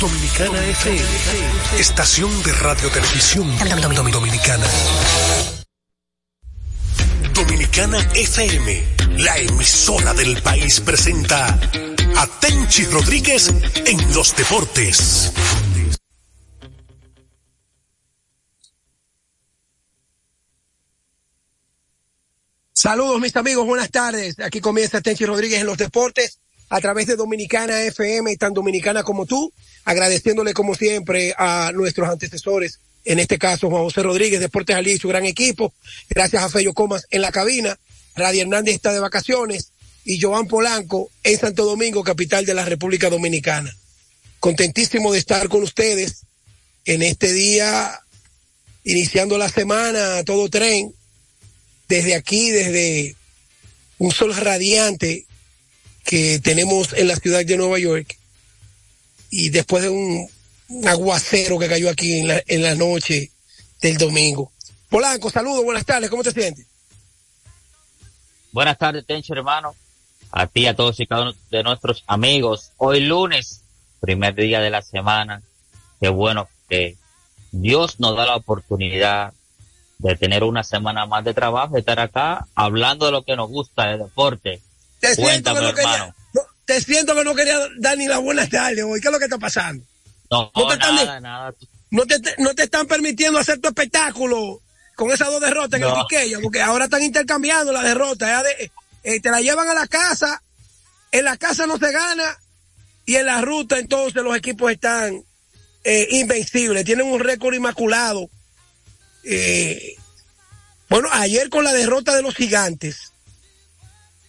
Dominicana FM, estación de radio televisión dominicana. Dominicana FM, la emisora del país presenta a Tenchi Rodríguez en los deportes. Saludos mis amigos, buenas tardes. Aquí comienza Tenchi Rodríguez en los deportes a través de Dominicana FM, tan dominicana como tú, agradeciéndole como siempre a nuestros antecesores, en este caso Juan José Rodríguez, Deportes Alí y su gran equipo, gracias a Fello Comas en la cabina, Radio Hernández está de vacaciones y Joan Polanco en Santo Domingo, capital de la República Dominicana. Contentísimo de estar con ustedes en este día, iniciando la semana a todo tren, desde aquí, desde un sol radiante que tenemos en la ciudad de Nueva York y después de un, un aguacero que cayó aquí en la, en la noche del domingo. Polanco, saludos, buenas tardes, ¿cómo te sientes? Buenas tardes, Tencho, hermano. A ti, a todos y cada uno de nuestros amigos. Hoy lunes, primer día de la semana. Qué bueno que Dios nos da la oportunidad de tener una semana más de trabajo, de estar acá hablando de lo que nos gusta, de deporte. Te siento que Cuéntame, no quería- hermano. no, te siento que no quería dar ni las buenas tardes hoy, ¿qué es lo que está pasando? No, No te están de- nada, nada. No te, no te están permitiendo hacer tu espectáculo con esas dos derrotas en No. el Quiqueya, porque ahora están intercambiando la derrota. ya de- eh, te la llevan a la casa, en la casa no se gana, y en la ruta entonces los equipos están eh, invencibles, tienen un récord inmaculado. Eh, bueno, ayer con la derrota de los gigantes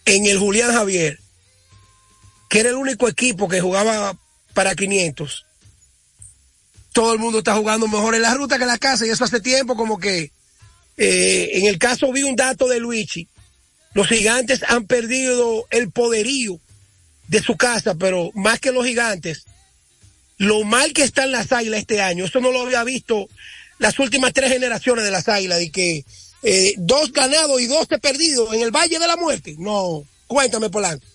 en el Julián Javier, que era el único equipo que jugaba para 500 todo el mundo está jugando mejor en la ruta que en la casa y eso hace tiempo como que eh, en el caso vi un dato de Luigi los gigantes han perdido el poderío de su casa pero más que los gigantes lo mal que están las águilas este año eso no lo había visto las últimas tres generaciones de las águilas y que eh, dos ganados y dos perdidos en el Valle de la Muerte no cuéntame Polanco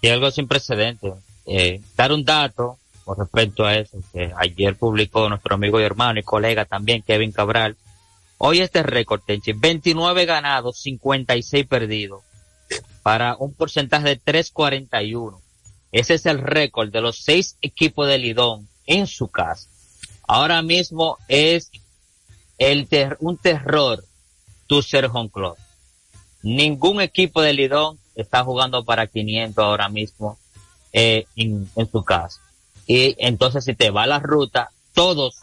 Y algo sin precedentes. Eh, dar un dato con respecto a eso, que ayer publicó nuestro amigo y hermano y colega también, Kevin Cabral. Hoy este récord, Tenchi, 29 ganados, 56 perdidos, para un porcentaje de 3.41. Ese es el récord de los seis equipos de Lidón en su casa. Ahora mismo es el ter- un terror tu ser home club. Ningún equipo de Lidón está jugando para 500 ahora mismo eh, en, en su casa. Y entonces si te va la ruta, todos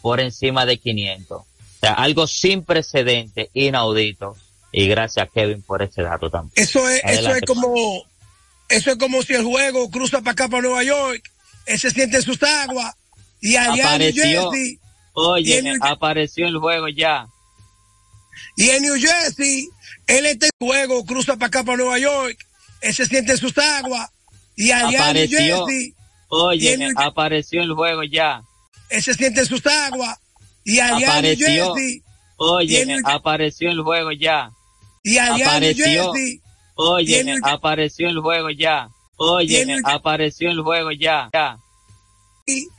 por encima de 500. O sea, algo sin precedente, inaudito. Y gracias a Kevin por ese dato también. Eso es, eso es Adelante, como, eso es como si el juego cruza para acá, para Nueva York, él se siente en sus aguas, y allá en New apareció. Jersey, y Oye, en New- apareció el juego ya. y en New Jersey, él está en juego, cruza para acá, para Nueva York, él se siente en sus aguas, y allá en New Apareció. Jersey, y Oye, en New- apareció el juego ya. él se siente en sus aguas, y allá en New Apareció. Jersey, y Oye, en New- apareció el juego ya. y allá en New Apareció. Jersey, y en Oye, New- apareció el juego ya. y en Oye, New- apareció el juego ya. ya.